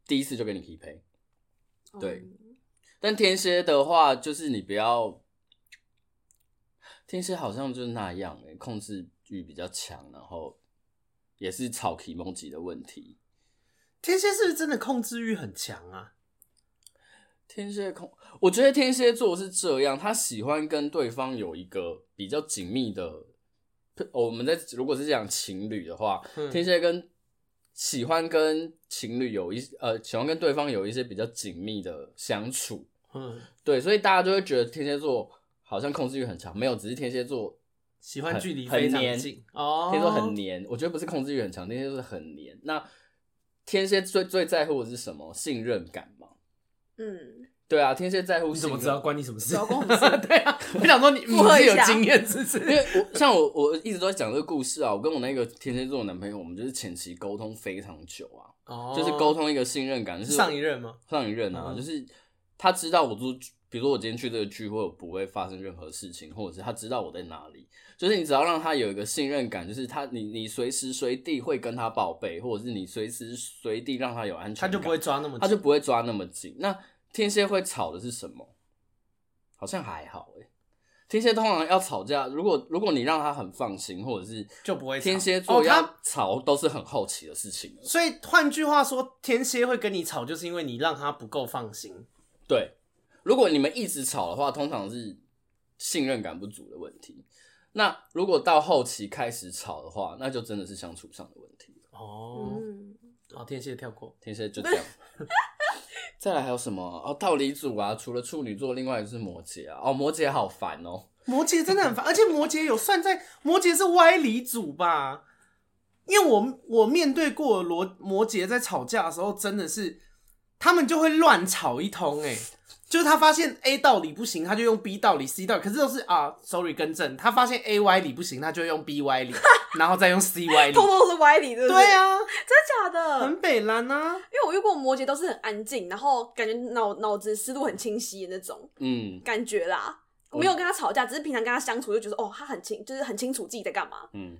S2: 第一次就跟你匹配。
S3: 嗯
S2: 对但天蝎的话，就是你不要，天蝎好像就是那样、欸，控制欲比较强，然后也是炒 emoji 的问题。
S1: 天蝎是不是真的控制欲很强啊？
S2: 天蝎控，我觉得天蝎座是这样，他喜欢跟对方有一个比较紧密的，哦我们在如果是讲情侣的话，
S1: 嗯
S2: 天蝎跟喜欢跟情侣有一呃，喜欢跟对方有一些比较紧密的相处，
S1: 嗯，
S2: 对，所以大家就会觉得天蝎座好像控制欲很强，没有，只是天蝎座
S1: 喜欢
S2: 很
S1: 距离
S2: 很
S1: 非常
S2: 黏
S1: 近哦，
S2: 天蝎座很黏，我觉得不是控制欲很强，天蝎座是很黏。那天蝎最最在乎的是什么？信任感嘛。
S3: 嗯，
S2: 对啊，天蝎在乎
S1: 你怎么
S2: 信任
S1: 知道关你什么事？
S3: 老公很
S2: (laughs)
S3: 是
S1: 对啊，我想说你
S3: 附和
S1: 你是
S3: 一
S1: 有
S3: 下
S1: 经验是不 (laughs) 是？
S2: 因为我像我我一直都在讲这个故事啊，我跟我那个天蝎座的男朋友，我们就是前期沟通非常久啊，
S1: 哦
S2: 就是沟通一个信任感，就是
S1: 是上一任吗？
S2: 上一任啊，
S1: 嗯
S2: 就是他知道我住，比如说我今天去这个聚会，我不会发生任何事情，或者是他知道我在哪里，就是你只要让他有一个信任感，就是他你你随时随地会跟他报备，或者是你随时随地让他有安全
S1: 他
S2: 感，
S1: 就不会抓那么紧，
S2: 他就不会抓那么紧。那天蝎会吵的是什么？好像还好诶、天蝎通常要吵架，如果如果你让他很放心，或者是
S1: 就不会吵
S2: 天蝎
S1: 哦
S2: 座
S1: 他
S2: 要吵都是很后期的事情了。
S1: 所以换句话说，天蝎会跟你吵，就是因为你让他不够放心。
S2: 对，如果你们一直吵的话，通常是信任感不足的问题。那如果到后期开始吵的话，那就真的是相处上的问题了。
S1: 哦，
S3: 嗯，
S1: 好，天蝎跳过。
S2: 天蝎就这样。再来还有什么？哦，道理组啊，除了处女座，另外就是摩羯啊。哦，摩羯好烦哦。
S1: 摩羯真的很烦，而且摩羯有算在摩羯是歪理组吧？因为我我面对过罗摩羯在吵架的时候，真的是他们就会乱吵一通、欸，哎，就是他发现 A 道理不行，他就用 B 道理，C 道理，可是都是啊，sorry 更正，他发现 A 歪理不行，他就用 B 歪理， (laughs) 然后再用 C
S3: (laughs)
S1: 歪理
S3: 通，通都是歪理，对不
S1: 对啊，
S3: 真的假的？
S1: 很北蓝啊，
S3: 因为我遇过摩羯都是很安静，然后感觉脑脑子思路很清晰的那种
S2: 嗯
S3: 感觉啦。
S2: 我
S3: 没有跟他吵架，只是平常跟他相处就觉得哦，他很清，就是很清楚自己在干嘛。
S2: 嗯，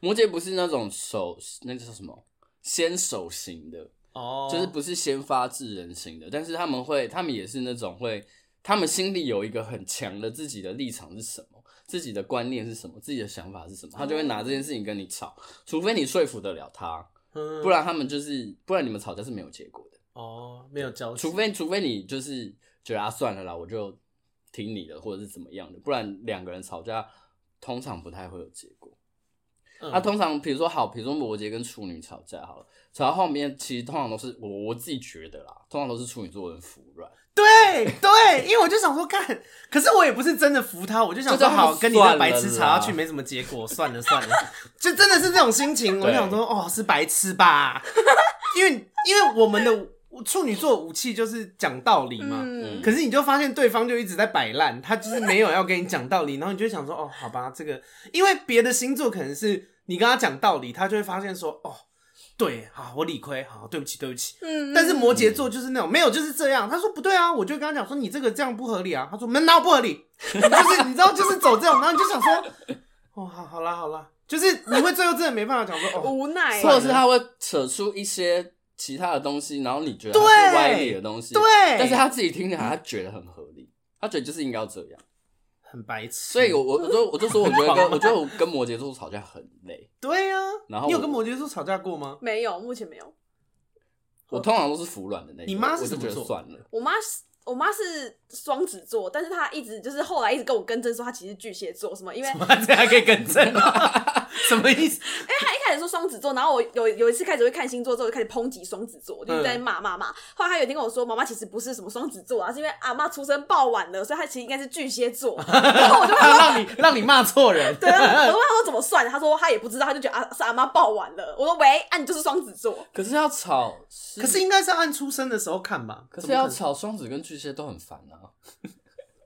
S2: 摩羯不是那种手，那个叫什么？先手型的，
S1: 哦
S2: 就是不是先发制人型的，但是他们会，他们也是那种会，他们心里有一个很强的自己的立场是什么，自己的观念是什么，自己的想法是什么，他就会拿这件事情跟你吵，除非你说服得了他，
S1: 嗯
S2: 不然他们就是，不然你们吵架是没有结果的，
S1: 哦没有交集，
S2: 除非啊除非你就是觉得啊算了啦，我就听你的，或者是怎么样的，不然两个人吵架通常不太会有结果。
S1: 嗯
S2: 他啊通常比如说好，比如说摩羯跟处女吵架好了，吵到后面其实通常都是我我自己觉得啦，通常都是处女座很服软，
S1: (laughs) 对对，因为我就想说干，可是我也不是真的服他，我就想说
S2: 就这样
S1: 好跟你这
S2: 算
S1: 白
S2: 了
S1: 痴
S2: 啦
S1: 吵下去没什么结果，算了 (laughs) 算了，就真的是这种心情。我就想说哦是白痴吧， (laughs) 因为因为我们的处女座武器就是讲道理嘛。
S3: 嗯，
S1: 可是你就发现对方就一直在摆烂，他就是没有要跟你讲道理，然后你就想说，哦，好吧，这个，因为别的星座可能是你跟他讲道理，他就会发现说，哦，对，好，我理亏，好，对不起，对不起，
S3: 嗯，
S1: 但是摩羯座就是那种没有就是这样，他说不对啊，我就跟他讲说你这个这样不合理啊，他说没哪有不合理， (laughs) 就是你知道就是走这种，然后你就想说，哦好好啦好啦，就是你会最后真的没办法讲说哦，
S3: 无奈
S2: 或
S1: 算了
S2: 者是啊他会扯出一些其他的东西，然后你觉得他是
S1: 对
S2: 歪理的东西，
S1: 对，，
S2: 但是他自己听起来他觉得很合理，他觉得就是应该要这样，
S1: 很白痴，
S2: 所以我我我就我就说我觉得
S1: (laughs)
S2: 跟我觉得我跟摩羯座吵架很累，
S1: 对啊，
S2: 然后
S1: 你有
S2: 我
S1: 跟摩羯座吵架过吗？ (laughs)
S3: 没有，目前没有。
S2: 我通常都是服软的那一个，
S1: 你妈是
S2: 我就
S1: 什么
S2: 觉得
S1: 座
S2: 算了，
S3: 我妈是，我妈是双子座，但是她一直就是后来一直跟我更正说她其实巨蟹座什么，因为
S1: 哇，这还可以更正
S2: (laughs)
S1: 啊，什么意思？
S3: 因为他一开始说双子座，然后我有有一次开始会看星座之后，就开始抨击双子座，我
S1: 嗯
S3: 就在骂骂骂。后来他有一天跟我说，妈妈其实不是什么双子座啊，是因为阿妈出生爆晚了，所以她其实应该是巨
S1: (laughs)
S3: 蟹座。然后我就问他说。
S1: 让你让你骂错人，
S3: 对，然后我问他说怎么算，他说他也不知道，他就觉得啊是阿妈爆晚了。我说喂，啊你就是双子座，
S2: 可是要吵，
S1: 可是应该是按出生的时候看吧，
S2: 可
S1: 怎么
S2: 是要吵双子跟巨蟹都很烦啊，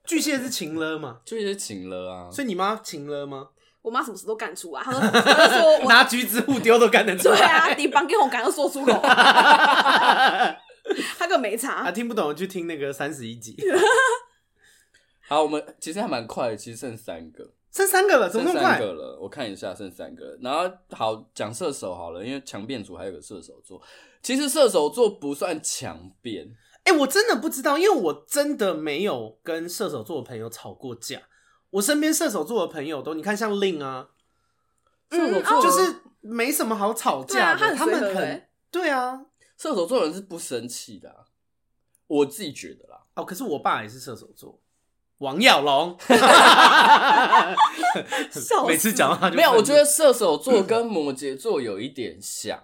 S1: 巨蟹是情了嘛，
S2: 巨蟹请了啊，
S1: 所以你妈情了吗？
S3: 我妈什么事都干出来，她说她就说
S1: (laughs)
S3: 我
S1: 拿橘子互丢都干得出
S3: 对
S1: 来。
S3: 啊，你帮给我赶快说出口，
S2: 啊
S3: 她根本没
S1: 啊，
S3: 查。
S1: 听不懂就听那个三十一集，
S2: 啊好，我们其实还蛮快的，其实剩三个，
S1: (laughs) 剩三个了，啊怎
S2: 剩
S1: 么那么
S2: 三
S1: 快？
S2: 个了，我看一下剩三个了。然后好讲射手好了，因为强辩组还有个射手座，其实射手座不算强辩，
S1: 哎、我真的不知道，因为我真的没有跟射手座的朋友吵过架。我身边射手座的朋友都，你看像令啊，
S2: 射手
S3: 嗯哦
S2: 座
S1: 就是没什么好吵架的，
S3: 对啊
S1: 他
S3: 他很随和
S1: 们很
S3: 欸
S1: 对啊。
S2: 射手座人是不生气的啊、我自己觉得啦。
S1: 哦，可是我爸也是射手座，王耀龙。
S3: 笑死
S1: 每次讲到他就
S2: 没有，
S1: 愤怒
S2: 我觉得射手座跟摩羯座有一点像，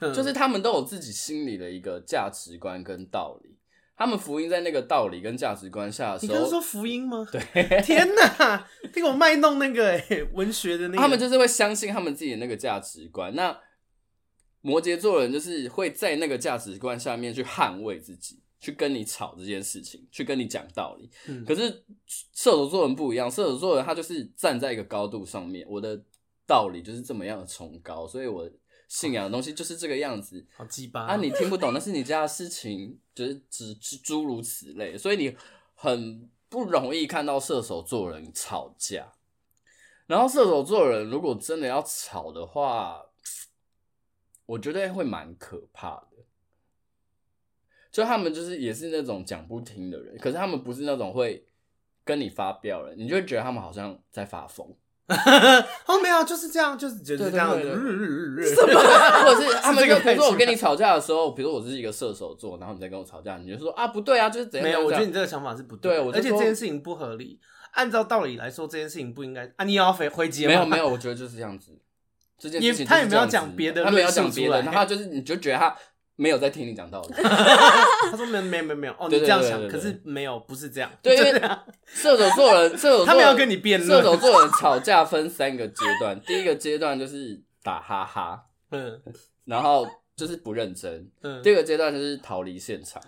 S1: 嗯
S2: 就是他们都有自己心里的一个价值观跟道理，他们福音在那个道理跟价值观下的
S1: 你
S2: 时
S1: 刚刚
S2: 候
S1: 说，福音吗？对， (laughs) 天哪，给我卖弄那个、欸、文学的那个，
S2: 他们就是会相信他们自己的那个价值观。那摩羯座人就是会在那个价值观下面去捍卫自己，去跟你吵这件事情，去跟你讲道理。
S1: 嗯
S2: 可是射手座人不一样，射手座人他就是站在一个高度上面，我的道理就是这么样的崇高，所以我信仰的东西就是这个样子。
S1: 好鸡巴
S2: 啊，你听不懂那是你家的事情，就是只只诸如此类，所以你很不容易看到射手座人吵架。然后射手座人如果真的要吵的话，我觉得会蛮可怕的。就他们就是也是那种讲不听的人，可是他们不是那种会跟你发飙的人，你就会觉得他们好像在发疯，
S1: (laughs) 哦没有，就是这样，就是就是这样
S2: 对对
S1: 的。
S2: 什么？ (laughs) 或者是他们
S1: (laughs) 是这
S2: 就
S1: 个
S2: 比如说
S1: 配置
S2: 我
S1: 吗
S2: 跟你吵架的时候，比如说我是一个射手座，然后你在跟我吵架，你就说啊不对啊，就是怎样
S1: 没有，我
S2: 怎
S1: 觉得
S2: 样怎
S1: 你
S2: 样
S1: 这个想法是不
S2: 对
S1: 的
S2: 我就
S1: 而且这
S2: 说
S1: 件事情不合理。按照道理来说，这件事情不应该啊！你也要回回击吗？
S2: 没有没有，我觉得就是这样子。这件
S1: 也
S2: 事情
S1: 他也
S2: 就
S1: 没
S2: 是
S1: 有
S2: 这样子
S1: 讲别的
S2: 他没有
S1: 论述
S2: 讲别
S1: 出
S2: 的，
S1: 来
S2: 然后他就是你就觉得他没有在听你讲道理。
S1: (laughs) 他说没有没有没有没有哦，你
S2: 对
S1: 这
S2: 对
S1: 样
S2: 对
S1: 想，
S2: 对
S1: 可
S2: 对
S1: 是没有，不是这样。
S2: 对，
S1: (laughs)
S2: 因
S1: 就
S2: 为
S1: 这样
S2: 射手座人，射手座
S1: 他没有跟你辩论
S2: 射手座人吵架分三个阶段，第一个阶段就是打哈哈，
S1: 嗯
S2: 然后就是不认真；
S1: 嗯，
S2: 第二个阶段就是逃离现场。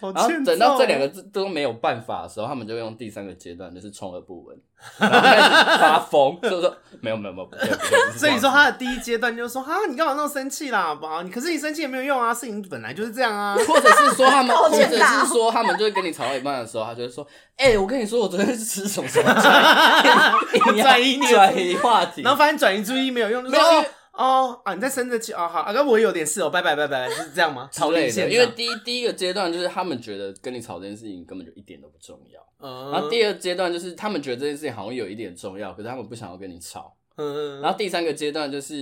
S1: 好
S2: 然后
S1: 欠
S2: 等到
S1: 揍
S2: 这
S1: 哦
S2: 两个字都没有办法的时候，他们就会用第三个阶段，就是充耳
S1: (laughs)
S2: 不闻，然后开始发疯，就是说没有没有没有，不对不对不是
S1: 所以
S2: 这
S1: 说
S2: 样
S1: 他的第一阶段就是说，哈，你干嘛那么生气啦？啊，你可是你生气也没有用啊，事情本来就是这样
S2: (laughs)
S1: 啊。
S2: 或者是说他们，
S3: 抱
S2: 或
S3: 歉
S2: 者
S3: 啦
S2: 是说他们就是跟你吵到一半的时候，他就会说：“哎、我跟你说，我昨天是吃什么什么菜，
S1: (laughs) 转移你的
S2: 转移话题。”
S1: 然后发现转移注意没有用，就
S2: 没
S1: 说
S2: 有因
S1: 哦
S2: 为
S1: 哦啊，你在生着气哦，好，啊，那我有点事哦，拜拜拜拜，是这样吗？
S2: 之
S1: 逃离
S2: 类
S1: 现
S2: 的，
S1: 场，
S2: 因为第一第一个阶段就是他们觉得跟你吵这件事情根本就一点都不重要，然
S1: 嗯
S2: 后第二阶段就是他们觉得这件事情好像有一点重要，可是他们不想要跟你吵，
S1: 嗯，
S2: 然后第三个阶段就是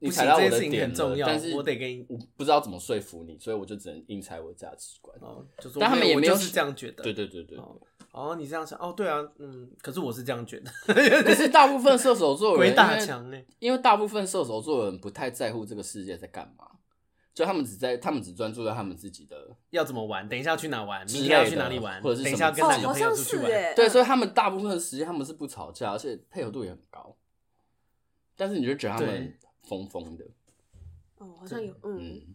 S2: 你
S1: 不行
S2: 踩到
S1: 这件
S2: 我的
S1: 事情
S2: 点
S1: 很
S2: 了，
S1: 重要，
S2: 但是
S1: 我得给你，
S2: 我不知道怎么说服你，所以我就只能硬猜我的价值观。
S1: 哦，就说
S2: 但他们也
S1: 我
S2: 没有
S1: 就是这样觉得，
S2: 对对对对，
S1: 哦哦，你这样想，哦，对啊，嗯，可是我是这样觉
S2: (laughs)
S1: 得，
S2: 可是大部分射手座人，
S1: 鬼打
S2: 因为
S1: 墙哎，
S2: 因为大部分射手座人不太在乎这个世界在干嘛，就他们只在他们只专注在他们自己的，
S1: 要怎么玩？等一下要去哪玩？
S2: 之
S1: 明天要
S2: 类
S1: 去
S2: 的
S1: 哪里玩？
S2: 或者是
S1: 等一
S2: 什
S1: 下要
S2: 么
S1: 跟哪个
S2: 之类的
S3: 哦好
S1: 朋友
S3: 像
S1: 出去
S3: 是
S1: 玩？
S3: 哎，
S2: 对，所以
S3: 以
S2: 他们大部分的时间他们是不吵架，而且配合度也很高，但是你就觉得他们疯疯的，
S3: 哦，好像有，嗯，
S2: 嗯，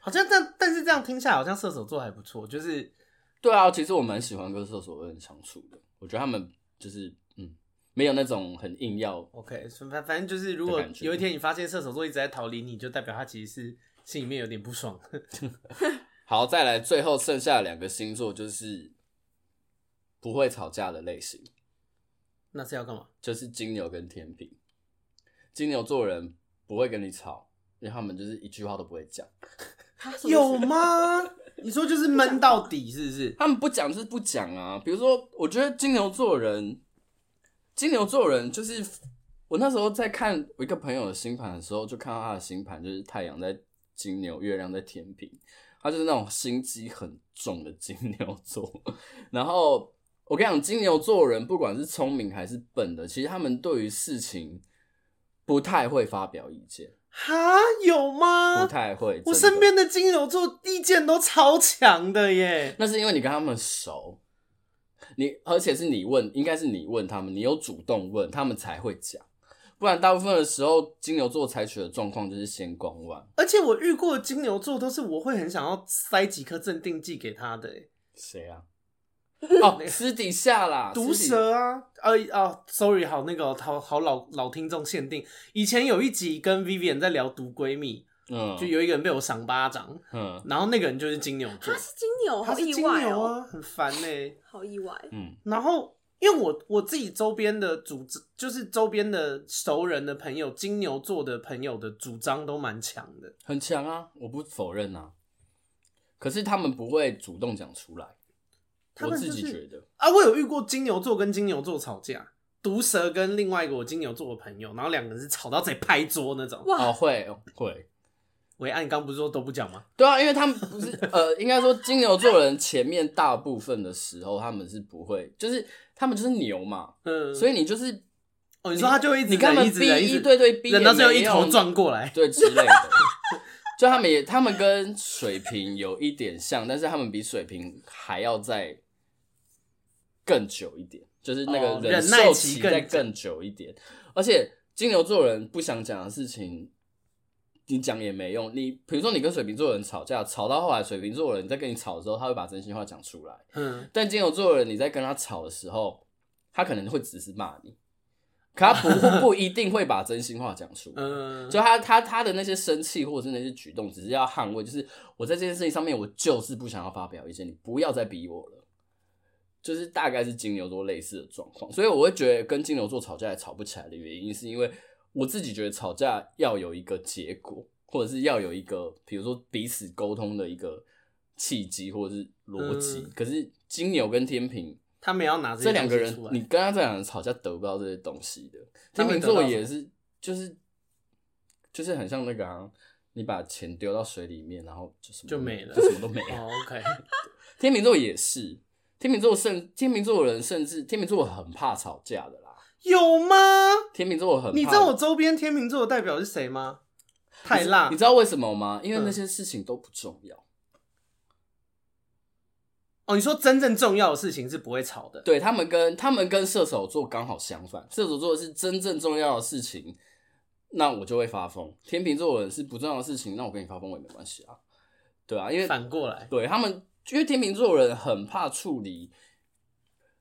S1: 好像但但是这样听下来，好像射手座还不错，就是
S2: 对啊，其实我蛮喜欢跟射手人相处的，我觉得他们就是嗯，没有那种很硬要
S1: OK，反反正就是，如果
S2: 的感觉
S1: 有一天你发现射手座一直在逃离你，就代表他其实是心里面有点不爽。 (laughs)
S2: 好，再来，最后剩下两个星座就是不会吵架的类型，
S1: 那是要干嘛？
S2: 就是金牛跟天平。金牛座人不会跟你吵，因为他们就是一句话都不会讲，
S3: 他什么意思
S1: 有吗？ (laughs) 你说就是闷到底，是不是？
S2: 他们不讲就是不讲啊。比如说，我觉得金牛座人，金牛座人就是我那时候在看我一个朋友的星盘的时候，就看到他的星盘就是太阳在金牛，月亮在天平，他就是那种心机很重的金牛座。 (laughs) 然后我跟你讲，金牛座人不管是聪明还是笨的，其实他们对于事情不太会发表意见，
S1: 哈，有
S2: 不
S1: 吗？
S2: 太会。
S1: 我
S2: 真的
S1: 身边的金牛座意见都超强的耶。
S2: 那是因为你跟他们熟，你而且是你问，应该是你问他们，你有主动问，他们才会讲。不然大部分的时候，金牛座采取的状况就是先观望，
S1: 而且我遇过的金牛座都是我会很想要塞几颗镇定剂给他的耶，欸
S2: 谁啊？哦，私底下啦，
S1: 毒
S2: 私底
S1: 蛇啊，呃哦，sorry，好那个哦好好老老听众限定。以前有一集跟 Vivian 在聊毒闺蜜，
S2: 嗯，
S1: 就有一个人被我赏巴掌，
S2: 嗯
S1: 然后那个人就是金牛座
S3: 他，是金牛，
S1: 他
S3: 好
S1: 是
S3: 意
S1: 金
S3: 外
S1: 牛
S3: 哦，
S1: 啊，很烦呢、
S3: 好意外，
S2: 嗯
S1: 然后因为我我自己周边的主就是周边的熟人的朋友，金牛座的朋友的主张都蛮强的，
S2: 很强啊，我不否认啊。可是他们不会主动讲出来，
S1: 他们
S2: 我自己
S1: 就是
S2: 觉得，
S1: 啊，我有遇过金牛座跟金牛座吵架。毒蛇跟另外一个我金牛座的朋友，然后两个人是吵到直接拍桌那种。
S2: 哦，
S3: 哇，
S2: 会会，
S1: 喂，啊按、你刚不是说都不讲吗？
S2: 对啊，因为他们不是呃，应该说金牛座人前面大部分的时候他们是不会，就是他们就是牛嘛，
S1: 嗯，
S2: 所以你就是
S1: 哦，你说他就会一直
S2: 你跟他
S1: 忍
S2: 们
S1: 一直忍
S2: 逼
S1: 一直
S2: 一对对逼，
S1: 忍到最后一头撞过来。
S2: 对之类的。就他们也，他们跟水瓶有一点像，但是他们比水瓶还要再更久一点，就是那
S1: 哦
S2: 个
S1: 忍耐
S2: 受
S1: 期
S2: 期
S1: 更
S2: 再
S1: 久
S2: 更久一点。而且金牛座人不想讲的事情，你讲也没用。你比如说你跟水瓶座的人吵架，吵到后来水瓶座的人在跟你吵的时候，他会把真心话讲出来。
S1: 嗯，
S2: 但金牛座的人，你在跟他吵的时候，他可能会只是骂你，可他不不一定会把真心话讲出来。
S1: 嗯，
S2: 就他他他的那些生气或者是那些举动，只是要捍卫，就是我在这件事情上面，我就是不想要发表意见，你不要再逼我了。就是大概是金牛座类似的状况，所以我会觉得跟金牛座吵架也吵不起来的原因，是因为我自己觉得吵架要有一个结果，或者是要有一个，比如说彼此沟通的一个契机或者是逻辑。
S1: 嗯
S2: 可是金牛跟天平
S1: 他们也要拿
S2: 这
S1: 些
S2: 两个
S1: 东西
S2: 人
S1: 出，来
S2: 你跟他这两个人吵架得不到这些东西的。
S1: 那
S2: 天
S1: 会
S2: 秤
S1: 得到
S2: 座
S1: 什么
S2: 也是，就是就是很像那个、啊，你把钱丢到水里面，然后就什么
S1: 就没了
S2: 就什么都没了。
S1: 哦，OK，
S2: (laughs) 天秤座也是，天秤座甚天秤座的人甚至天秤座很怕吵架的啦。
S1: 有吗？
S2: 天秤座很怕，
S1: 你知道我周边天秤座的代表是谁吗？太辣
S2: 你知道为什么吗？因为
S1: 嗯
S2: 那些事情都不重要。
S1: 哦！你说真正重要的事情是不会吵的，
S2: 对他们跟他们跟射手座刚好相反，射手座是真正重要的事情，那我就会发疯；天秤座的人是不重要的事情，那我跟你发疯我也没关系啊，对啊，因为
S1: 反过来，
S2: 对他们，因为天秤座的人很怕处理，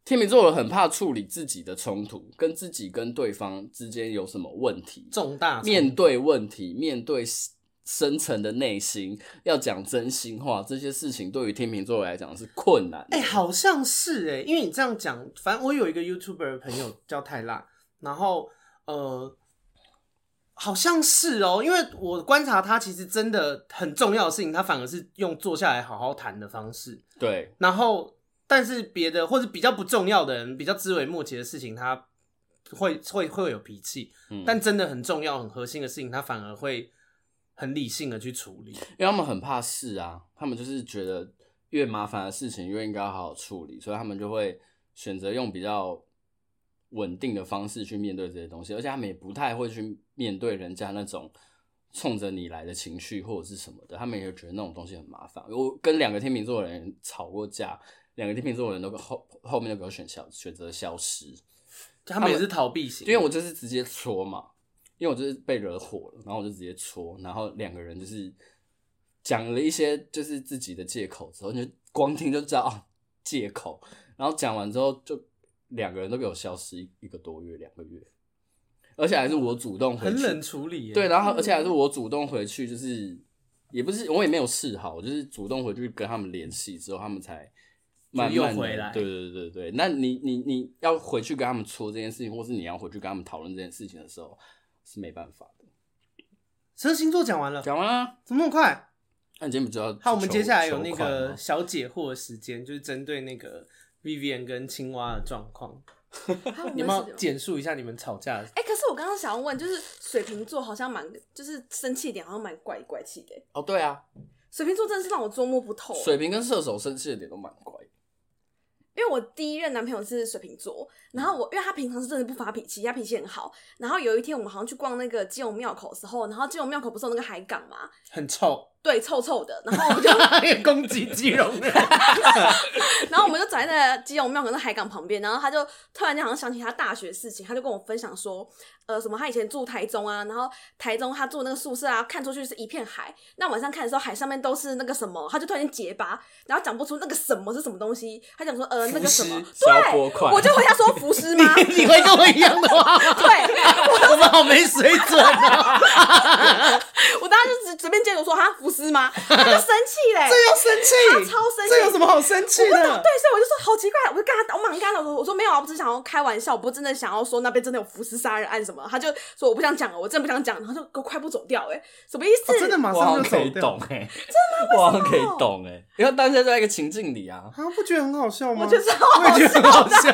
S2: 天秤座的人很怕处理自己的冲突，跟自己跟对方之间有什么问题，
S1: 重大冲
S2: 面对问题，面对深层的内心，要讲真心话，这些事情对于天秤座来讲是困难的。
S1: 哎、好像是哎、因为你这样讲，反正我有一个 YouTuber 的朋友叫泰辣，然后呃，好像是哦、因为我观察他，其实真的很重要的事情，他反而是用坐下来好好谈的方式，
S2: 对，
S1: 然后但是别的或者比较不重要的人，比较枝微末节的事情，他会会会有脾气，
S2: 嗯
S1: 但真的很重要、很核心的事情，他反而会很理性的去处理。
S2: 因为他们很怕事啊，他们就是觉得越麻烦的事情越应该好好处理，所以他们就会选择用比较稳定的方式去面对这些东西，而且他们也不太会去面对人家那种冲着你来的情绪或者是什么的，他们也觉得那种东西很麻烦。我跟两个天秤座的人吵过架，两个天秤座的人都后后面都给我选消选择消失，
S1: 他们也是逃避型，
S2: 啊因为我就是直接戳嘛，因为我就是被惹火了，然后我就直接戳，然后两个人就是讲了一些就是自己的借口之后，你就光听就知道哦借口，然后讲完之后就两个人都给我消失一一个多月两个月，而且还是我主动回
S1: 很
S2: 去，
S1: 冷处理、欸，
S2: 对，然后而且还是我主动回去，就是也不是我也没有示好，我就是主动回去跟他们联系之后，他们才慢
S1: 又
S2: 慢地
S1: 回来
S2: 对对对对，那你你你要回去跟他们说这件事情，或是你要回去跟他们讨论这件事情的时候，是没办法的。
S1: 十二星座讲完了，
S2: 讲完啦，
S1: 怎么那么快？
S2: 那你今天不知道求？
S1: 好，我们接下来有那
S2: 求款
S1: 个
S2: 吗
S1: 小解惑的时间，就是针对那个 Vivian 跟青蛙的状况，
S3: 啊我们
S1: 你们
S3: 是
S1: 要简述一下你们吵架的。
S3: 哎、可是我刚刚想要问，就是水瓶座好像蛮，就是生气点好像蛮怪里怪气的欸。
S2: 哦，对啊，
S3: 水瓶座真的是让我捉摸不透欸，
S2: 水瓶跟射手生气的点都蛮怪的，
S3: 因为我第一任男朋友是水瓶座，然后我因为他平常是真的不发脾气，他脾气很好。然后有一天我们好像去逛那个基隆庙口的时候，然后基隆庙口不是有那个海港嘛，
S1: 很
S3: (laughs)
S1: 臭， (laughs)
S3: 对，臭臭的。然后我们就，
S1: 攻击基隆人。
S3: 然后我们就走在那个基隆庙口那海港旁边，然后他就突然间好像想起他大学的事情，他就跟我分享说，呃，什么他以前住台中啊，然后台中他住那个宿舍啊，看出去是一片海，那晚上看的时候海上面都是那个什么，他就突然间结巴，然后讲不出那个什么是什么东西，他讲说呃那个什么
S1: 浮，
S2: 消波
S3: 对，
S2: 块
S3: 我就回他说浮尸
S2: (laughs)
S3: 吗？
S1: 你会跟我一样的话，
S3: 对，
S1: 我们 (laughs) 好没水准啊！
S3: 我当时就只随便接着说哈浮尸吗？他就生
S2: (laughs)
S3: 气嘞，
S1: 这要生
S3: 哎他
S1: 气，
S3: 超生气，
S1: 这有什么好生气
S3: 我不懂，
S1: 的？
S3: 对，所以我就说好奇怪，我就跟他，我马上跟他讲说，我说没有啊，我只是想要开玩笑，我不是真的想要说那边真的有浮尸杀人案什么的。他就说我不想讲了，我真的不想讲，然后就给我快步走掉、欸，哎，什么意思？
S1: 哦真的马
S2: 我好
S1: 上
S2: 像
S1: 就
S2: 可以
S1: 走掉
S2: 懂。哎、真的我好像可以懂哎、因为当下就在一个情境里啊，
S1: 啊，不觉得很好笑吗？
S3: 我觉得超好
S1: 我也觉得很好
S3: (laughs)
S1: 笑，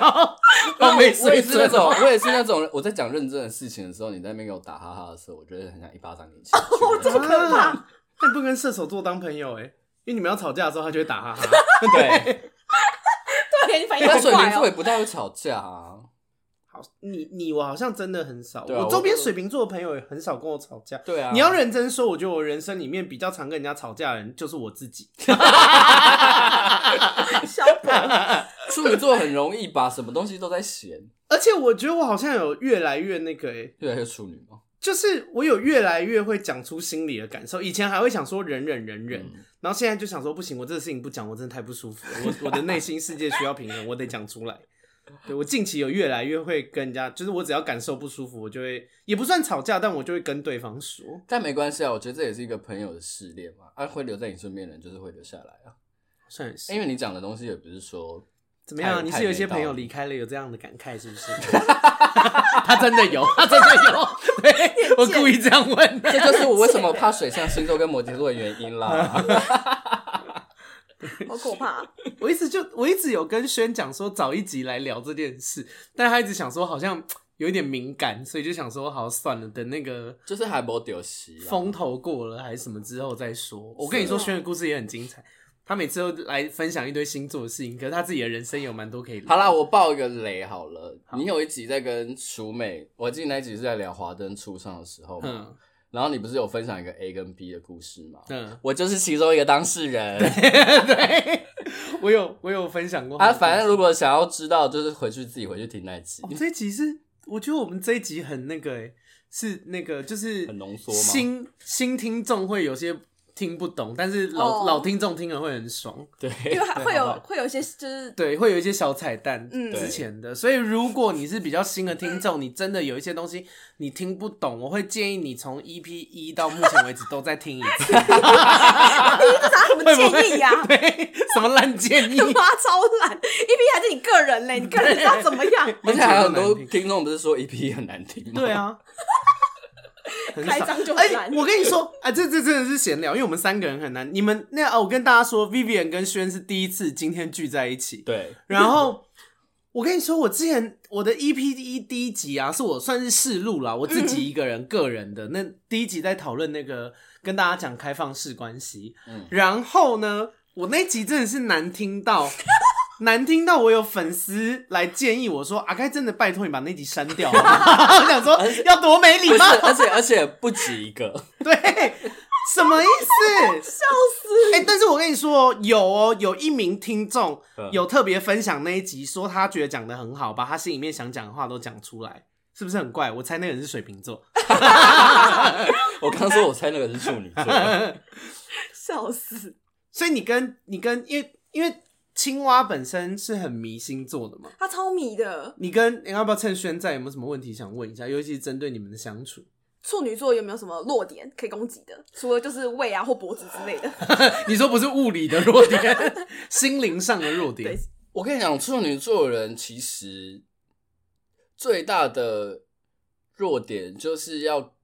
S1: 好没
S2: 我也
S1: 水
S2: 是那
S1: 准
S2: 种
S1: 哦。，
S2: 我也是那种，我在讲认真的事情的时候，你在那边给我打哈哈的时候，我觉得很想一巴掌给你。
S1: (laughs)
S2: 哦，
S3: 这么可怕
S1: 啊！那你不跟射手座当朋友哎，因为你们要吵架的时候，他就会打哈哈。啊
S2: 对，
S3: (laughs) 对，你反应
S2: 但
S3: 很
S2: 水
S3: 怪
S2: 瓶
S3: 哦、
S2: 座也不太会吵架啊。
S1: 好，你你我好像真的很少，
S2: 对啊
S1: 我
S2: 我
S1: 周边水瓶座的朋友也很少跟我吵架。
S2: 对啊，
S1: 你要认真说，我觉得我人生里面比较常跟人家吵架的人就是我自
S2: (laughs)
S1: 己。
S3: 哦小狗，
S2: 处女座很容易把什么东西都在嫌，
S1: 而且我觉得我好像有越来越那个、欸，
S2: 越来越处女吗？
S1: 就是我有越来越会讲出心里的感受，以前还会想说忍忍忍忍，
S2: 嗯
S1: 然后现在就想说不行，我这个事情不讲，我真的太不舒服了，我我 (laughs) 的内心世界需要平衡，我得讲出来。对我近期有越来越会跟人家，就是我只要感受不舒服，我就会也不算吵架，但我就会跟对方说。
S2: 但没关系啊，我觉得这也是一个朋友的试炼嘛。啊，会留在你身边的人就是会留下来啊，
S1: 算是
S2: 因为你讲的东西也不是说
S1: 怎么样？啊
S2: 太
S1: 你是有一些
S2: 太没道
S1: 朋友
S2: 理
S1: 离开了有这样的感慨是不是？ (laughs) 啊他真的
S2: (laughs)
S1: 有，他真的有，对我故意这样问啊的。
S2: 这就是我为什么怕水象星座跟摩羯座的原因
S1: (laughs)
S2: 啦。
S3: 好可怕、
S1: 我一直就我一直有跟轩讲说早一集来聊这件事，但他一直想说好像有一点敏感，所以就想说好算了，等那个
S2: 就是还没丢席啦，
S1: 风头过了还是什么之后再说。我跟
S2: 啊
S1: 你说，
S3: 是哦
S1: 轩的故事也很精彩。他每次都来分享一堆星座的事情，可是他自己的人生也有蛮多可以聊。
S2: 好啦，我爆一个雷好了。你有一集在跟淑美，我记得那一集是在聊华灯初上的时候嘛，
S1: 嗯
S2: 然后你不是有分享一个 A 跟 B 的故事吗？
S1: 嗯，
S2: 我就是其中一个当事人
S1: 对，我有我有分享过他
S2: 啊。
S1: 的故事
S2: 反正如果想要知道，就是回去自己回去听那一集
S1: 哦。这一集是，我觉得我们这一集很那个、欸，是那个就是
S2: 很浓缩吗
S1: 新新听众会有些听不懂，但是老、
S3: 哦
S1: 老听众听了会很爽。
S2: 对，
S3: 因为还会
S2: 好
S3: 有
S2: 吧
S3: 会有一些就是
S1: 对，会有一些小彩蛋，
S3: 嗯
S1: 之前的。所以如果你是比较新的听众，你真的有一些东西你听不懂，我会建议你从 EP 一到目前为止都再听一次。
S3: 拿啊什么
S1: 会不会
S3: 建议 (laughs) 呀、
S1: 对，什么烂建
S3: (laughs)
S1: 议？
S3: 妈超懒，一批还是你个人嘞，你个人要怎么样？
S2: (laughs)
S3: (laughs)
S2: 而且还有很多
S1: 蛮难听
S2: 听众不是说 EP 很难听吗？
S1: 对， (laughs) 啊，很
S3: 开
S1: 少
S3: 张就
S1: 哎、
S3: 很难。
S1: 我跟你说，啊，这这真的是闲聊，因为我们三个人很难。你们那啊，我跟大家说，Vivian 跟轩是第一次今天聚在一起。
S2: 对，
S1: 然后我跟你说，我之前我的 EP 一第一集啊，是我算是试录啦，我自
S3: 嗯
S1: 己一个人、个人的。那第一集在讨论那个跟大家讲开放式关系，
S2: 嗯
S1: 然后呢，我那集真的是难听
S3: (laughs)
S1: 到。难听到我有粉丝来建议我说：“阿开真的拜托你把那集删掉。”好
S3: (laughs)
S1: 吗我想说要多没礼
S2: 不是
S1: 貌，，
S2: 而且而且不止一个，
S1: 对，什么意思？
S3: (laughs) 笑死！
S1: 哎、但是我跟你说哦，有哦，有一名听众
S2: 嗯
S1: 有特别分享那一集，说他觉得讲的很好，把他心里面想讲的话都讲出来，是不是很怪？我猜那个人是水瓶座，
S2: 我刚说我猜那个是处女座，
S3: 笑死！
S1: 所以你跟你跟，因为因为青蛙本身是很迷星座的嘛，
S3: 他超迷的
S1: 你跟你要不要趁轩在有没有什么问题想问一下？尤其是针对你们的相处，
S3: 处女座有没有什么弱点可以攻击的？除了就是胃啊或脖子之类的， (laughs)
S1: 你说不是物理的弱点， (laughs) 心灵上的弱点
S3: 对，
S2: 我跟你讲，处女座的人其实最大的弱点就是要，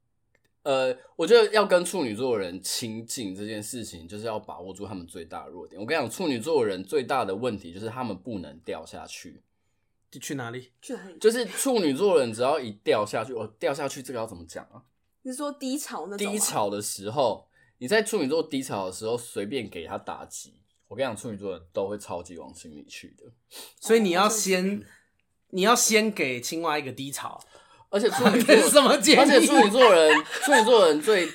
S2: 呃，我觉得要跟处女座的人亲近这件事情，就是要把握住他们最大的弱点。我跟你讲，处女座的人最大的问题就是他们不能掉下去，
S1: 就去哪里？
S3: 去哪里？
S2: 就是处女座的人只要一掉下去，我哦掉下去这个要怎么讲啊？
S3: 你是说低潮那种吗？
S2: 低潮的时候，你在处女座低潮的时候随便给他打击，我跟你讲，处女座人都会超级往心里去的。
S1: 所以你要
S3: 哦就是
S1: 先，你要先给青蛙一个低潮。
S2: 而且处女座
S1: 这 (laughs) 是什么建议
S2: 而且处女座人，处女座人最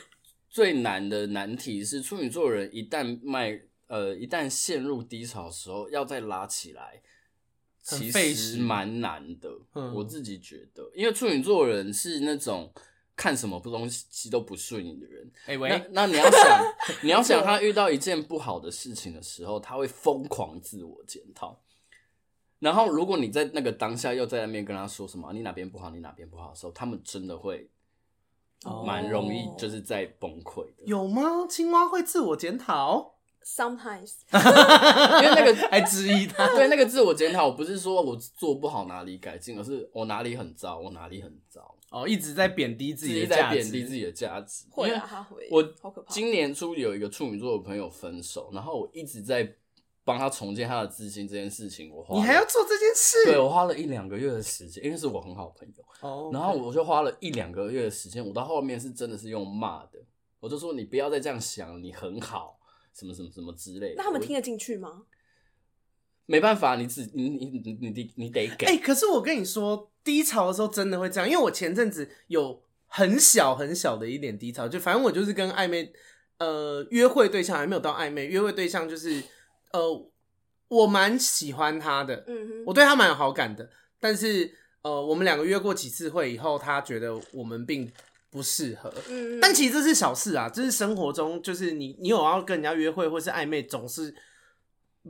S2: 最难的难题是，处女座人一旦迈呃一旦陷入低潮的时候，要再拉起来，
S1: 很
S2: 其
S1: 费
S2: 实
S1: 时
S2: 蛮难的。
S1: 嗯
S2: 我自己觉得，因为处女座人是那种看什么东西都不顺眼的人。
S1: 哎、喂，
S2: 那那你
S1: (laughs)
S2: 要想，你要想他遇到一件不好的事情的时候，他会疯狂自我检讨。然后，如果你在那个当下又在那边跟他说什么你哪边不好，你哪边不好的时候，他们真的会
S1: 哦
S2: 蛮容易就是在崩溃的。
S1: 有吗？青蛙会自我检讨，
S3: sometimes
S2: (laughs) 因为那个
S1: (laughs) 还质疑他。
S2: (laughs) 对那个自我检讨，不是说我做不好哪里改进，而是我哪里很糟，我哪里很糟，
S1: 哦，一直在贬低自
S2: 自
S1: 己
S2: 己
S1: 的
S2: 在
S1: 价值，
S2: 贬低自己的价值。
S3: 会
S2: 因为
S3: 啊，他会。
S2: 我
S3: 好可怕。
S2: 今年初有一个处女座的朋友分手，然后我一直在帮他重建他的自信这件事情，我花了
S1: 你还要做这件事？
S2: 对我花了一两个月的时间，因为是我很好朋友，
S1: 哦
S2: 然后我就花了一两个月的时间，我到后面是真的是用骂的，我就说你不要再这样想，你很好，什么什么什么之类的。
S3: 那他们
S2: 我
S3: 听得进去吗？
S2: 没办法，你自你你你你你你得给，
S1: 哎、可是我跟你说，低潮的时候真的会这样，因为我前阵子有很小很小的一点低潮，就反正我就是跟暧昧，呃，约会对象还没有到暧昧，约会对象就是，呃，我蛮喜欢他的，
S3: 嗯
S1: 我
S3: 哼，
S1: 对他蛮有好感的，但是呃，我们两个约过几次会以后，他觉得我们并不适合。
S3: 嗯，
S1: 但其实这是小事啊，这是生活中，就是你你有要跟人家约会或是暧昧，总是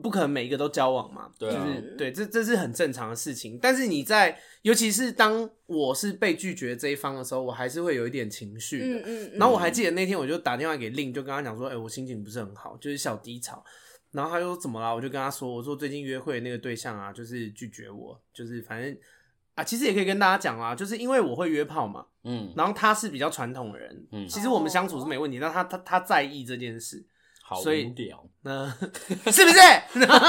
S1: 不可能每一个都交往嘛，
S2: 对啊
S1: 就是对，这这是很正常的事情。但是你在，尤其是当我是被拒绝这一方的时候，我还是会有一点情绪的。
S3: 嗯嗯，嗯
S1: 然后我还记得那天我就打电话给令，就跟他讲说，哎、我心情不是很好，就是小低潮。然后他就说怎么啦？我就跟他说，我说最近约会的那个对象啊，就是拒绝我，就是反正啊，其实也可以跟大家讲啊，就是因为我会约炮嘛，
S2: 嗯，
S1: 然后他是比较传统的人，
S2: 嗯
S1: 其实我们相处是没问题，但他他他在意这件事，
S2: 好
S1: 所以
S2: 无聊， (laughs)
S1: 那是不是？ (laughs)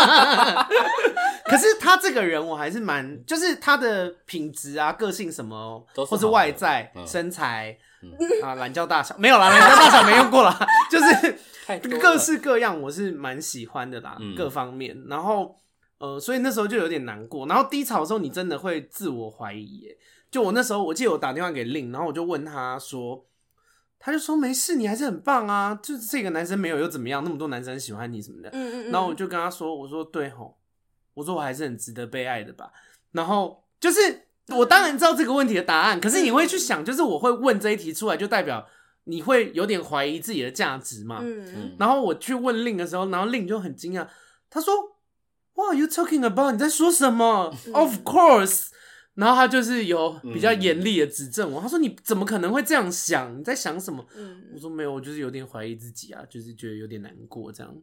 S1: 可是他这个人，我还是蛮，就是他的品质啊、个性什么
S2: 都，是
S1: 或
S2: 好的
S1: 是外在、
S2: 嗯
S1: 身材、
S2: 嗯
S1: 啊、懒觉大小没有啦，懒觉大小没用过啦， (laughs) 就是
S2: 太多了
S1: 各式各样，我是蛮喜欢的啦，
S2: 嗯
S1: 各方面。然后呃，所以那时候就有点难过。然后低潮的时候，你真的会自我怀疑耶。就我那时候，我记得我打电话给令，然后我就问他说，他就说没事，你还是很棒啊，就是这个男生没有又怎么样，那么多男生喜欢你什么的。
S3: 嗯嗯嗯，
S1: 然后我就跟他说，我说对吼，我说我还是很值得被爱的吧。然后就是我当然知道这个问题的答案，可是你会去想，就是我会问这一题出来，就代表你会有点怀疑自己的价值嘛。
S3: 嗯
S2: 嗯
S1: 然后我去问令的时候，然后令就很惊讶，他说哇 you talking about？你在说什么、？Of
S2: 嗯
S1: course。”然后他就是有比较严厉的指正我，他说：“你怎么可能会这样想？你在想什么？”我
S3: 嗯，
S1: 说：“没有，我就是有点怀疑自己啊，就是觉得有点难过这样。”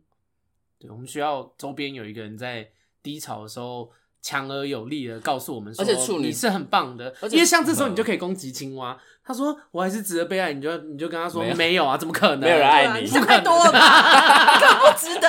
S1: 对，我们学校周边有一个人在低潮的时候强而有力的告诉我们说：“
S2: 而且处女
S1: 你是很棒的。”
S2: 而且
S1: 因为像这
S2: 嗯
S1: 时候你就可以攻击青蛙，他说：“我还是值得被爱。”你就你就跟他说：“
S2: 没有
S1: 没有啊，怎么可能？
S2: 没有人
S3: 对啊
S2: 爱你，
S3: 你想太多
S1: (laughs)
S3: 了吧，根本不值得。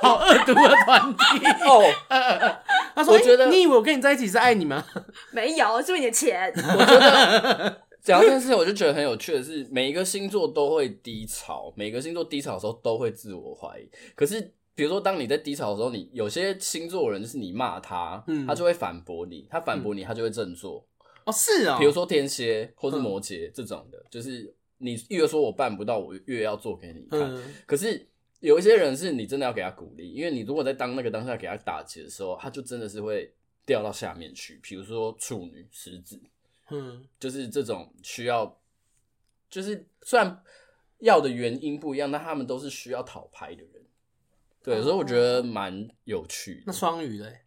S1: 好恶毒的团体。 (laughs)
S2: 哦，
S1: 他说：“
S2: 我觉得
S1: 欸你以为我跟你在一起是爱你吗
S3: 没有，是为你
S1: (laughs)
S3: 的钱。
S2: 我觉得讲到这件事情，我就觉得很有趣的是，每一个星座都会低潮，每个星座低潮的时候都会自我怀疑。可是，比如说当你在低潮的时候，你有些星座人就是你骂他，
S1: 嗯
S2: 他就会反驳你，他反驳你，他就会振作。？”
S1: 哦，是哦。
S2: 比如，说天蝎或是
S1: 嗯
S2: 摩羯这种的，就是你越说我办不到，我越要做给你看。
S1: 嗯，
S2: 可是有一些人是你真的要给他鼓励，因为你如果在当那个当下给他打击的时候，他就真的是会掉到下面去。比如说处女、狮子，
S1: 嗯，
S2: 就是这种需要，就是虽然要的原因不一样，但他们都是需要讨拍的人。对，
S3: 哦
S2: 所以我觉得蛮有趣
S1: 那
S2: 的。
S1: 双鱼嘞，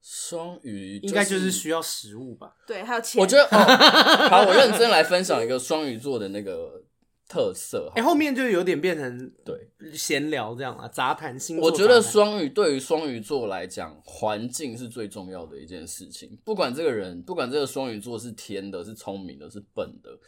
S2: 双鱼
S1: 应该就是需要食物吧？
S3: 对，还有钱。
S2: 我觉得哦，好，我认真来分享一个双鱼座的那个特色。
S1: 哎，后面就有点变成
S2: 对，
S1: 闲聊这样啊，杂谈星座
S2: 我
S1: 杂
S2: 觉
S1: 谈。
S2: 得双鱼对于双鱼座来讲，环境是最重要的一件事情。不管这个人，不管这个双鱼座是天的、是聪明的、是笨的，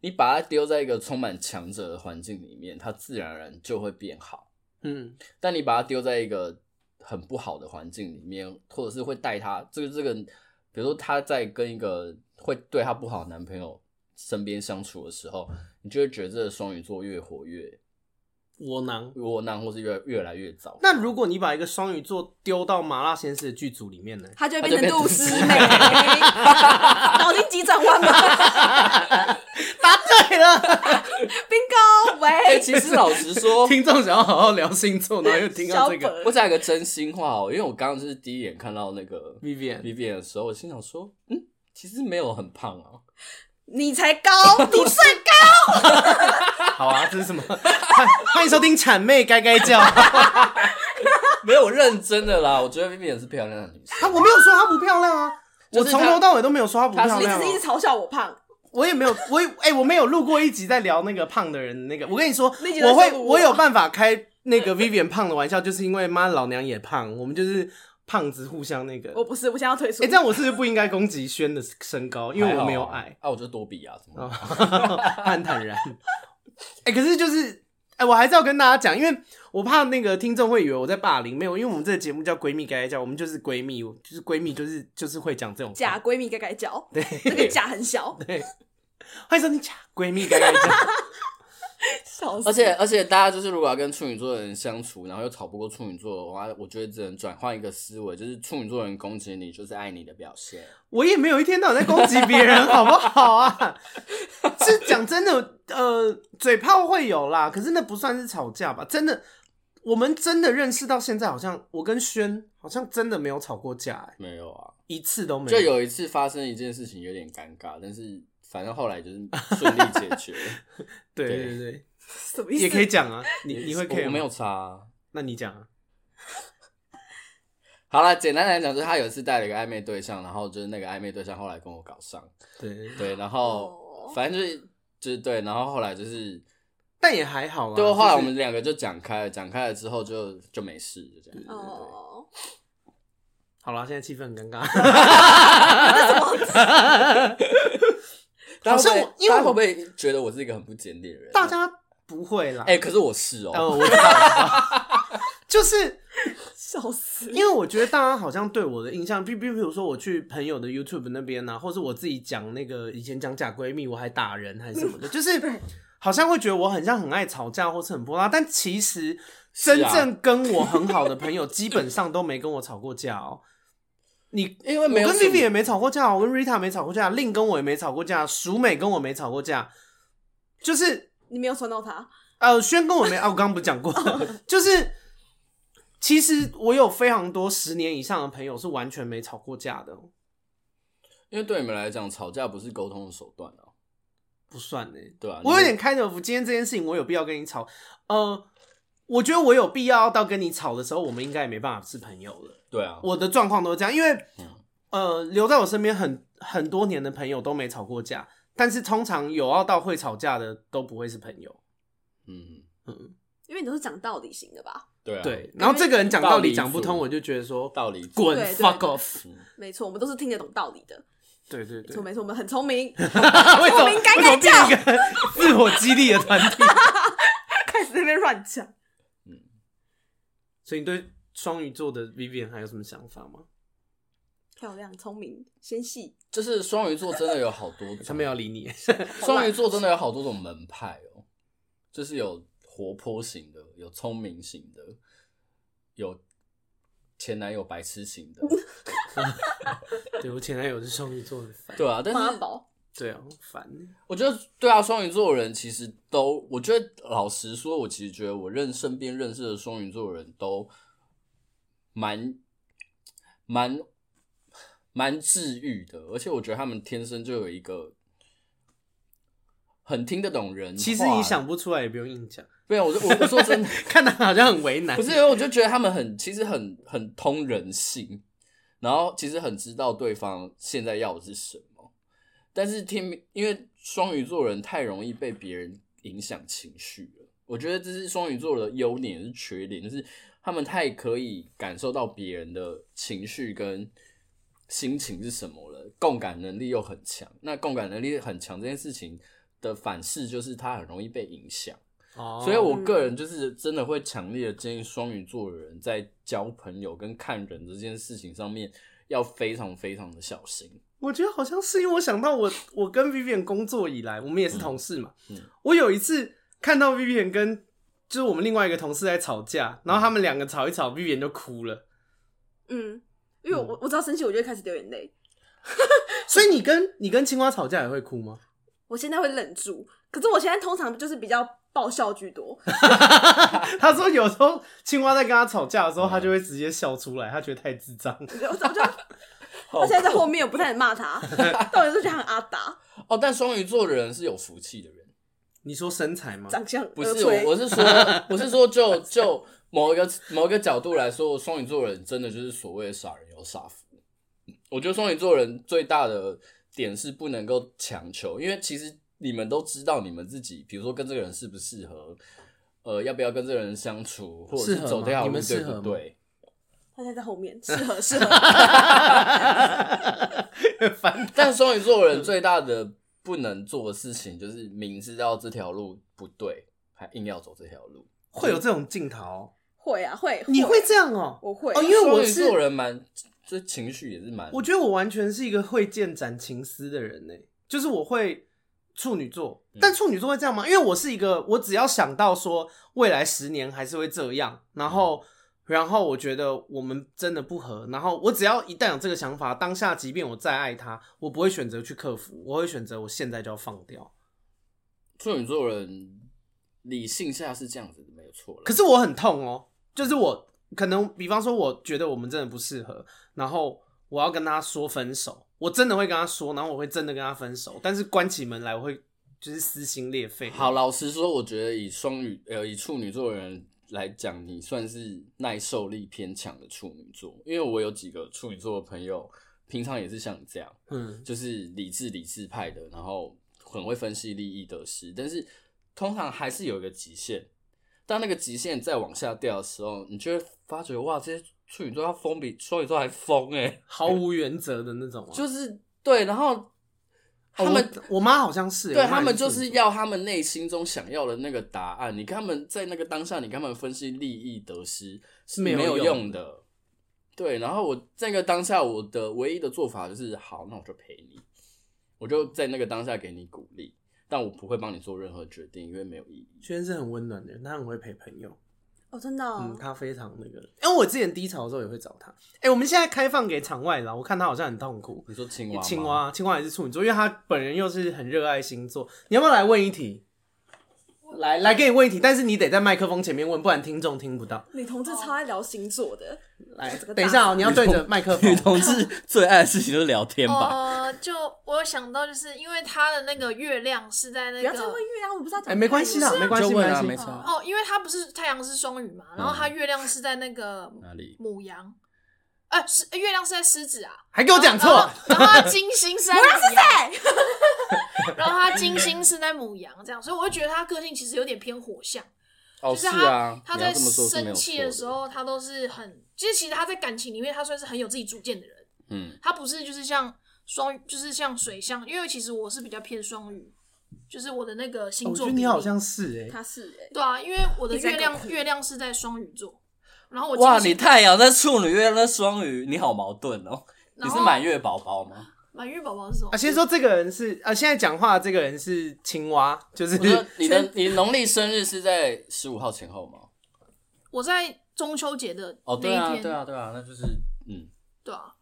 S2: 你把他丢在一个充满强者的环境里面，他自然而然就会变好。
S1: 嗯
S2: 但你把他丢在一个很不好的环境里面，或者是会带他这个这个，比如说他在跟一个会对他不好的男朋友身边相处的时候，你就会觉得这个双鱼座越活越
S1: 窝囊。
S2: 窝囊，或是越越来越糟。
S1: 那如果你把一个双鱼座丢到麻辣鲜师的剧组里面呢？
S3: 他就
S2: 他
S3: 会变
S2: 就
S3: 成
S2: 变杜
S3: 杜思
S2: 思
S3: 美，脑筋急转
S1: (laughs)
S3: 弯吗？
S1: 答对了，
S3: 冰糕，
S2: 哎、
S3: 喂，
S2: 其实老实
S1: (laughs)
S2: 说，
S1: 听众想要好好聊星座，然后又听
S3: 小
S1: 到这
S3: 本
S1: 个
S2: 我讲一个真心话哦，因为我刚刚就是第一眼看到那个
S1: Vivian，
S2: Vivian 的时候，我心想说，嗯，其实没有很胖
S1: (laughs)
S2: 啊。
S3: 你才高，你最高。
S1: 好啊，这是什么？欢欢迎收听谄媚该该叫。
S2: 没有认真的啦，我觉得 Vivian 是漂亮的女
S1: 她
S2: 生。
S1: 啊我没有说她不漂 (laughs) 亮啊，我
S2: 就是她
S1: 从头到尾都没有说她不
S2: 她是
S1: 漂
S3: 你
S1: 亮
S3: 只
S1: 哦。
S3: 是一直嘲笑我胖，
S1: (laughs) 我也没有，我也哎、我没有录过一集在聊那个胖的人那个。我跟你说，
S3: 那集在
S1: 我会
S3: 录我
S1: 我有办法开那个 Vivian 胖的玩笑，就是因为妈老娘也胖，我们就是胖子互相那个。
S3: 我不是，我现在要退出
S1: 哎、。这样我是不是不应该攻击轩的身高？因为我没有
S2: 还
S1: (laughs) 矮
S2: 好啊，啊，我就多比啊，怎么
S1: 啊， (laughs) 很坦然。哎、可是就是哎、我还是要跟大家讲，因为我怕那个听众会以为我在霸凌，没有，因为我们这个节目叫闺蜜该该叫，我们就是闺蜜，就是闺蜜，就是就是会讲这种话
S3: 假闺蜜该改脚，
S1: 对。
S3: 那个假很小，
S1: 欢迎收听假闺蜜该该叫。
S3: 笑死。
S2: 而且而且大家就是如果要跟处女座的人相处，然后又吵不过处女座的话，我觉得只能转换一个思维，就是处女座的人攻击你就是爱你的表现。
S1: (laughs) 我也没有一天到晚在攻击别人，好不好 (laughs) 啊？是讲真的，呃，嘴炮会有啦，可是那不算是吵架吧？真的，我们真的认识到现在，好像我跟轩好像真的没有吵过架、欸，
S2: 没有啊，
S1: 一次都没
S2: 就有一次发生一件事情有点尴尬，但是反正后来就是顺利解
S1: (laughs)
S2: 决。
S1: 对
S2: 对
S1: 对对，
S3: 什么意思？
S1: 也可以讲啊，你你会 care
S2: 我
S1: 吗
S2: 我没有，差啊、
S1: 那你讲啊，
S2: 好了，简单来讲，就是他有一次带了一个暧昧对象，然后就是那个暧昧对象后来跟我搞上，
S1: 对，
S2: 对，然后
S3: 哦
S2: 反正就是就是对，然后后来就是，
S1: 但也还好啊。
S2: 对，后来
S1: 就是
S2: 我们两个就讲开了，讲开了之后就就没事，就这样。对对对
S3: 哦，
S1: 好啦，现在气氛很尴尬。 (laughs)
S2: 大
S1: 好
S2: 家会不会
S1: 像我因为
S2: 大家会
S1: 我
S2: 不会觉得我是一个很不检点的人？
S1: 大家不会啦，
S2: 哎、可是我是哦、
S1: 呃，我知道， (laughs) 就是
S3: 笑死！
S1: 因为我觉得大家好像对我的印象，比比比如说我去朋友的 YouTube 那边啊，或是我自己讲那个以前讲假闺蜜，我还打人还是什么的，
S2: (laughs)
S1: 就是好像会觉得我很像很爱吵架或是很泼辣，但其实真
S2: 是啊
S1: 正跟我很好的朋友基本上都没跟我吵过架哦。你
S2: 因为
S1: 我
S2: 没有
S1: 跟
S2: 什么
S1: Vivi 也没吵过架，我跟 Rita 没吵过架，令跟我也没吵过架，淑美跟我没吵过架，就是
S3: 你没有传到他，
S1: 呃，轩跟我没啊，我刚刚不是讲过，
S3: 哦
S1: (laughs) 就是其实我有非常多十年以上的朋友是完全没吵过架的，
S2: 因为对你们来讲，吵架不是沟通的手段啊，
S1: 不算呢、
S2: 对啊，
S1: 我有
S2: 你
S1: 点开头服，今天这件事情我有必要跟你吵，呃，我觉得我有必要到跟你吵的时候，我们应该也没办法是朋友了。
S2: 对啊，
S1: 我的状况都是这样，因为
S2: 嗯
S1: 呃，留在我身边很很多年的朋友都没吵过架，但是通常有要到会吵架的都不会是朋友。
S2: 嗯，
S3: 因为你都是讲道理型的吧？
S2: 对啊，
S1: 对，然后这个人讲道
S2: 道理
S1: 理讲不
S2: 组
S1: 通，我就觉得说
S2: 道理做
S1: 滚
S3: 对对
S1: fuck
S3: 对
S1: off。
S3: 没错，我们都是听得懂道理的。
S1: 对对
S3: 没
S1: 对
S3: 错，，没错，我们很聪明。 (laughs)
S1: (laughs) 为什么
S3: 我们该
S1: 为什么
S3: 该
S1: 变
S3: 叫
S1: 一个 (laughs) 自我激励的团
S3: (laughs)
S1: 体？
S3: 开始在那边乱讲。
S1: 所以你对双鱼座的 Vivian 还有什么想法吗？
S3: 漂亮、聪明、纤细，
S2: 就是双鱼座真的有好多种，
S1: (laughs) 他没有理你，
S2: 双鱼座真的有好多种门派哦，就是有活泼型的，有聪明型的，有前男友白痴型
S3: (laughs)
S2: 的，
S1: 对我前男友是双鱼座的，
S2: 对啊。但
S3: 妈
S2: 是
S3: 宝，
S1: 对啊，烦。
S2: 我觉得，对啊，双鱼座的人其实都，我觉得老实说，我其实觉得我认身边认识的双鱼座的人都蛮蛮蛮治愈的，而且我觉得他们天生就有一个很听得懂人话。
S1: 其实你想不出来也不用硬讲，
S2: 没有，我就我我说
S1: (laughs)
S2: 真的。
S1: 看他好像很为难
S2: 不。是，因为我就觉得他们很，其实很很通人性，然后其实很知道对方现在要的是什么。但是天，因为双鱼座人太容易被别人影响情绪了。我觉得这是双鱼座的优点，也是缺点，就是他们太可以感受到别人的情绪跟心情是什么了，共感能力又很强。那共感能力很强这件事情的反噬，就是他很容易被影响。
S1: 哦
S2: 所以，我个人就是真的会强烈的建议双鱼座的人在交朋友跟看人这件事情上面要非常非常的小心。
S1: 我觉得好像是因为我想到我我跟 Vivian 工作以来，我们也是同事嘛。
S2: 嗯嗯
S1: 我有一次看到 Vivian 跟就是我们另外一个同事在吵架，然后他们两个吵一吵，Vivian 就哭了。
S3: 嗯，因为我我只要生气，我就会开始流眼泪。
S1: 所以你跟你跟青蛙吵架也会哭吗？
S3: 我现在会忍住，可是我现在通常就是比较爆笑居多。
S1: (laughs) 他说有时候青蛙在跟他吵架的时候，他就会直接笑出来，他觉得太智障。
S3: 我就我就他现在在后面，我不太能骂他， (laughs) 但我就觉得很阿达，
S2: 哦，但双鱼座的人是有福气的人，
S1: 你说身材 (laughs)
S3: (laughs)
S1: 吗？
S3: 长相
S2: 不是
S3: 呃
S2: 我，我是说，我是说就就某一个某一个角度来说，双鱼座的人真的就是所谓的傻人有傻福。我觉得双鱼座人最大的点是不能够强求，因为其实你们都知道你们自己，比如说跟这个人适不适合，呃，要不要跟这个人相处，或者
S1: 适
S2: 是
S1: 合
S2: 走
S1: 吗
S2: 这条
S1: 你
S2: 路
S1: 们
S2: 对
S1: 适合
S2: 不
S1: 吗
S2: 对？
S3: 他现在在后面，适
S1: (laughs)
S3: 合适合。 (laughs)
S1: 烦。
S2: 但双鱼座
S1: 嗯
S2: 人最大的不能做的事情，就是明知道这条路不对，还硬要走这条路。
S1: 会有这种镜头，
S3: 会啊会，
S1: 你会这样哦、
S3: 我会
S1: 哦，因为我
S2: 双
S1: 是
S2: 鱼，座人蛮，这情绪也是蛮，
S1: 我觉得我完全是一个会见斩情丝的人呢、欸就是我会处女座，但处女座会这样吗？因为我是一个，我只要想到说未来十年还是会这样，然后。然后我觉得我们真的不合，然后我只要一旦有这个想法，当下即便我再爱他，我不会选择去克服，我会选择我现在就要放掉。
S2: 处女座人理性下是这样子的，没有错啦。
S1: 可是我很痛哦，就是我可能，比方说，我觉得我们真的不适合，然后我要跟他说分手，我真的会跟他说，然后我会真的跟他分手，但是关起门来我会就是撕心裂肺。
S2: 好，，老实说，我觉得以双鱼呃以处女座的人来讲，你算是耐受力偏强的处女座，因为我有几个处女座的朋友，平常也是像你这样，
S1: 嗯，
S2: 就是理智理智派的，然后很会分析利益得失，但是通常还是有一个极限。当那个极限再往下掉的时候，你就会发觉哇，这些处女座要疯比双鱼座还疯哎、
S1: 毫无原则的那种、啊，
S2: 就是对，然后他
S1: 哦
S2: 们、
S1: 我我妈好像是耶，
S2: 对
S1: 我妈
S2: 他们
S1: 也
S2: 就是
S1: 处女
S2: 要他们内心中想要的那个答案。你跟他们在那个当下，你跟他们分析利益得失是
S1: 没有
S2: 有
S1: 用
S2: 用的。对，然后我在那个当下，我的唯一的做法就是，好，那我就陪你，我就在那个当下给你鼓励，但我不会帮你做任何决定，因为没有意义。
S1: 座，轩是很温暖的人，他很会陪朋友。
S3: 哦，真的哦
S1: 嗯，，他非常那个，因为我之前低潮的时候也会找他。哎、我们现在开放给场外了，我看他好像很痛苦。
S2: 你说青蛙吗，
S1: 青蛙，青蛙也是处女座，因为他本人又是很热爱星座。你要不要来问一题？来来，给你问一题，但是你得在麦克风前面问，不然听众听不到。
S3: 女同志超爱聊星座的，
S1: 来
S3: 这个，大
S1: 等一下哦、你要对着麦克风
S2: 女。同志最爱的事情就是聊天吧。
S4: 呃，就我有想到，就是因为他的那个月亮是在那
S3: 不要再
S4: 个
S3: 问月亮，我们不知道讲。
S1: 哎、没关系啦，没关系，
S2: 就
S1: 没
S2: 问
S1: 关
S2: 啊，
S1: 系。
S2: 没差。
S4: 哦，因为他不是太阳是双鱼嘛，然后
S1: 嗯
S4: 他月亮是在那个
S2: 哪里？
S4: 母羊，呃，是月亮是在狮子啊，
S1: 还给我讲错，哎
S4: 然后他金星是在母羊，是谁？ (laughs) 然后他金星是在母羊这样，所以我就觉得他个性其实有点偏火象，
S2: 哦，
S4: 就是他
S2: 啊，
S4: 他
S2: 你要
S4: 在
S2: 这么说是没有
S4: 生气的
S2: 错
S4: 时，候，他都是很，其实其实他在感情里面，他算是很有自己主见的人。
S2: 嗯，
S4: 他不是就是像双，就是像水象，因为其实我是比较偏双鱼，就是我的那个
S1: 哦
S4: 星
S1: 我觉
S4: 座
S1: 得
S4: 比例、
S1: 你好像是哎、
S3: 他是哎、
S4: 对啊，因为我的
S3: 你在
S4: 月
S3: 搞
S4: 亮月亮是在双鱼座，然后我
S2: 哇，
S4: 金
S2: 你
S4: 星
S2: 太阳在处女，月亮在双鱼，你好矛盾哦。你
S4: 然
S2: 是
S4: 后
S2: 满月宝宝吗？
S4: 满月宝宝是什么？
S1: 啊，先说这个人是啊，现在讲话的这个人是青蛙，就是
S2: 我说你的你农历生日是在十五号前后吗？
S4: 我在中秋节的那
S2: 哦，
S4: 一
S2: 对
S4: 天，
S2: 啊，对啊，对啊，那就是嗯，
S4: 对啊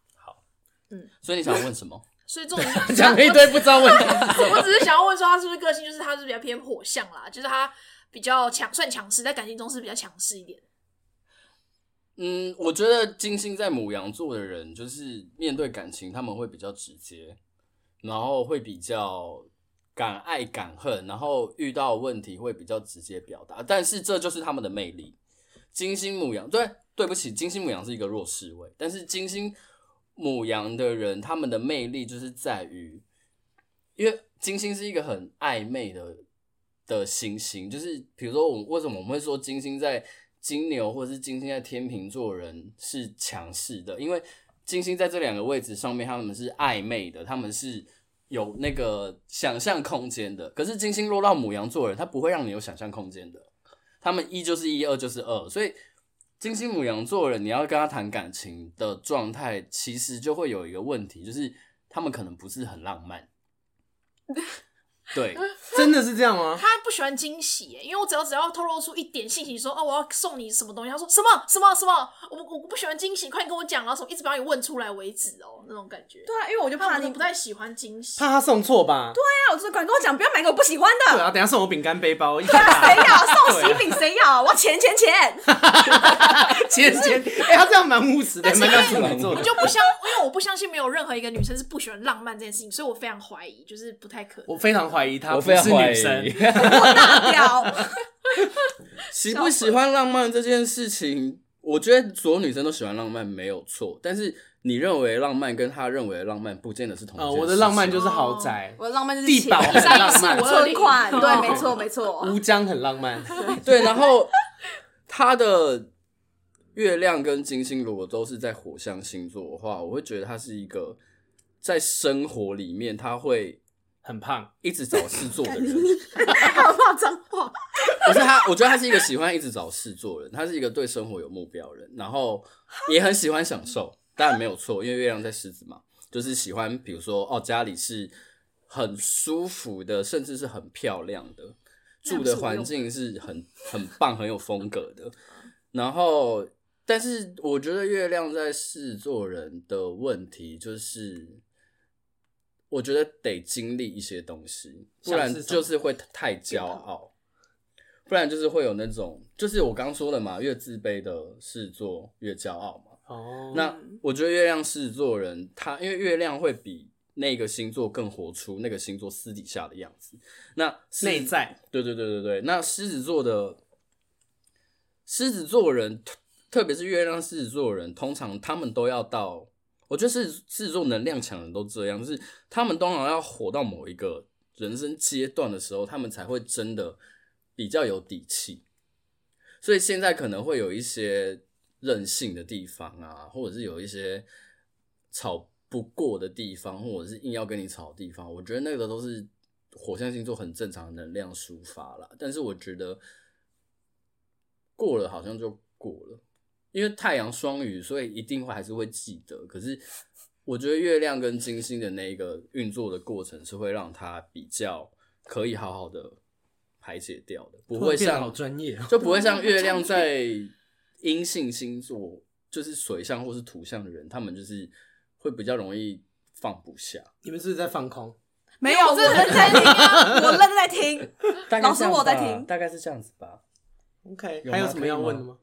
S2: 所以你想问什么？
S4: 所以这种
S1: (laughs) 讲了一堆不知道问题。
S4: (laughs) 我只是想要问说，他是不是个性就是他是比较偏火象啦，就是他比较强，算强势，在感情中是比较强势一点。
S2: (laughs) 嗯，我觉得金星在母羊座的人，就是面对感情他们会比较直接，然后会比较敢爱敢恨，然后遇到问题会比较直接表达，但是这就是他们的魅力。金星母羊，对，对不起，金星母羊是一个弱势位，但是金星母羊的人，他们的魅力就是在于，因为金星是一个很暧昧的的行星，就是比如说我们为什么我们会说金星在金牛或者是金星在天秤座的人是强势的，因为金星在这两个位置上面，他们是暧昧的，他们是。有那个想象空间的，可是金星落到母羊座的人，他不会让你有想象空间的。他们一就是一，二就是二，所以金星母羊座的人，你要跟他谈感情的状态，其实就会有一个问题，就是他们可能不是很浪漫。对，
S1: 真的是这样吗？
S4: 他不喜欢惊喜耶，因为我只要只要透露出一点信息说，哦，我要送你什么东西，他说什么什么什么，我不我不喜欢惊喜，快点跟我讲，然后什么一直把你问出来为止哦，那种感觉。
S3: 对啊，因为我就
S4: 他
S3: 怕
S4: 可
S3: 你
S4: 能不太喜欢惊喜
S1: 怕，他送错吧？对
S3: 要，哎我就敢跟我讲，不要买给我不喜欢的。
S1: 对啊，等一下送我饼干背包，一
S3: (laughs)
S1: (laughs)
S3: 谁
S1: 打
S3: 要送喜饼？谁要？我要钱钱钱！
S1: 钱钱，哎，他这样蛮务实的，蛮像处女座
S4: 我
S1: 的。
S4: 就不相，因为我不相信没有任何一个女生是不喜欢浪漫这件事情，所以我非常怀疑，就是不太可能。
S1: 我非常怀疑他
S2: 我
S1: 不
S2: 非常
S1: 是
S2: 怀
S1: 女
S2: 疑
S1: 生， (laughs)
S3: 我大屌，
S2: 喜不喜欢浪漫这件事情，我觉得所有女生都喜欢浪漫没有错，但是你认为浪漫跟他认为的浪漫，不见得是同一件
S1: 呃，
S2: 事情。
S1: 我的浪漫就是豪宅，
S3: (laughs) 我的浪漫就是
S1: 地
S3: 钱
S1: 堡很浪
S4: 上一次
S1: 漫，
S4: 我
S3: 存款，
S4: 哦
S3: 对，没错没错。
S1: 乌江很浪漫，
S2: 对，然后他的月亮跟金星如果都是在火象星座的话，我会觉得他是一个在生活里面他会
S1: 很胖。
S2: 一直找事做的人。
S3: 好不好脏话？
S2: 不是他，我觉得他是一个喜欢一直找事做的人，他是一个对生活有目标的人，然后也很喜欢享受，当然没有错，因为月亮在狮子嘛，就是喜欢，比如说哦，家里是很舒服的，甚至是很漂亮的，
S4: 那
S2: 住
S4: 不是
S2: 的
S4: 我
S2: 环境是很很棒、很有风格的。
S4: 嗯
S2: (laughs) 然后，但是我觉得月亮在狮子座人的问题就是，我觉得得经历一些东西，不
S1: 像
S2: 然
S1: 是什么
S2: 就是会太骄傲，不然就是会有那种，就是我刚说的嘛，越自卑的事做越骄傲嘛。
S1: 哦，
S2: 那我觉得月亮狮子座的人，他因为月亮会比那个星座更活出那个星座私底下的样子。那狮子
S1: 内在，
S2: 对对对对对。那狮子座的狮子座人，特特别是月亮狮子座人，通常他们都要到，我觉得是狮子座能量强的人都这样，就是他们通常要活到某一个人生阶段的时候，他们才会真的比较有底气。所以现在可能会有一些任性的地方啊，或者是有一些吵不过的地方，或者是硬要跟你吵的地方，我觉得那个都是火象星座很正常的能量抒发啦。但是我觉得过了好像就过了，因为太阳双鱼，所以一定会还是会记得。可是我觉得月亮跟金星的那个运作的过程是会让它比较可以好好的排解掉的，不
S1: 突
S2: 会
S1: 然变得
S2: 像
S1: 好专业
S2: (laughs)
S1: 哦
S2: 就不会像月亮在阴性星座，就是水象或是土象的人，他们就是会比较容易放不下。
S1: 你们是不是在放空？
S3: 没有，我
S4: 真的
S3: 认真在听 (laughs) 啊，我认真在听。
S2: 大
S3: 概是这样吧老师我在听
S2: 大概是这样子吧。
S1: OK，
S2: 有吗
S1: 还有什么要问的吗？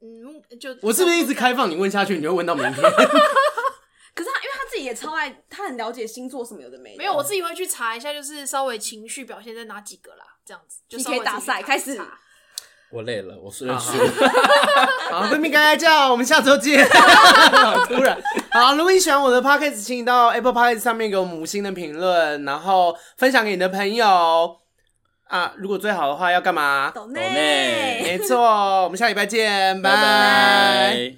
S4: 嗯，就
S1: 我是不是一直开放你问下去，你就会问到明 (laughs) 天？
S3: 可是他，因为他自己也超爱，他很了解星座什么有的没的。
S4: 没有，我自己会去查一下，就是稍微情绪表现在哪几个啦，这样子。就
S3: 你
S4: 稍
S3: 可以
S4: 微
S3: 打
S4: 自己
S3: 赛
S4: 查
S3: 开
S4: 一
S3: 始
S4: 查
S2: 我累了，我睡
S1: 好
S2: 了。
S1: 好好，闺蜜该该叫，我们下周 (laughs) 见。好突然，好，如果你喜欢我的 podcast，请你到 Apple podcast 上面给我们五星的评论，然后分享给你的朋友啊。如果最好的话，要干嘛？
S3: 抖
S2: 内
S3: 内。
S1: 没错，我们下礼拜见，拜
S2: 拜拜。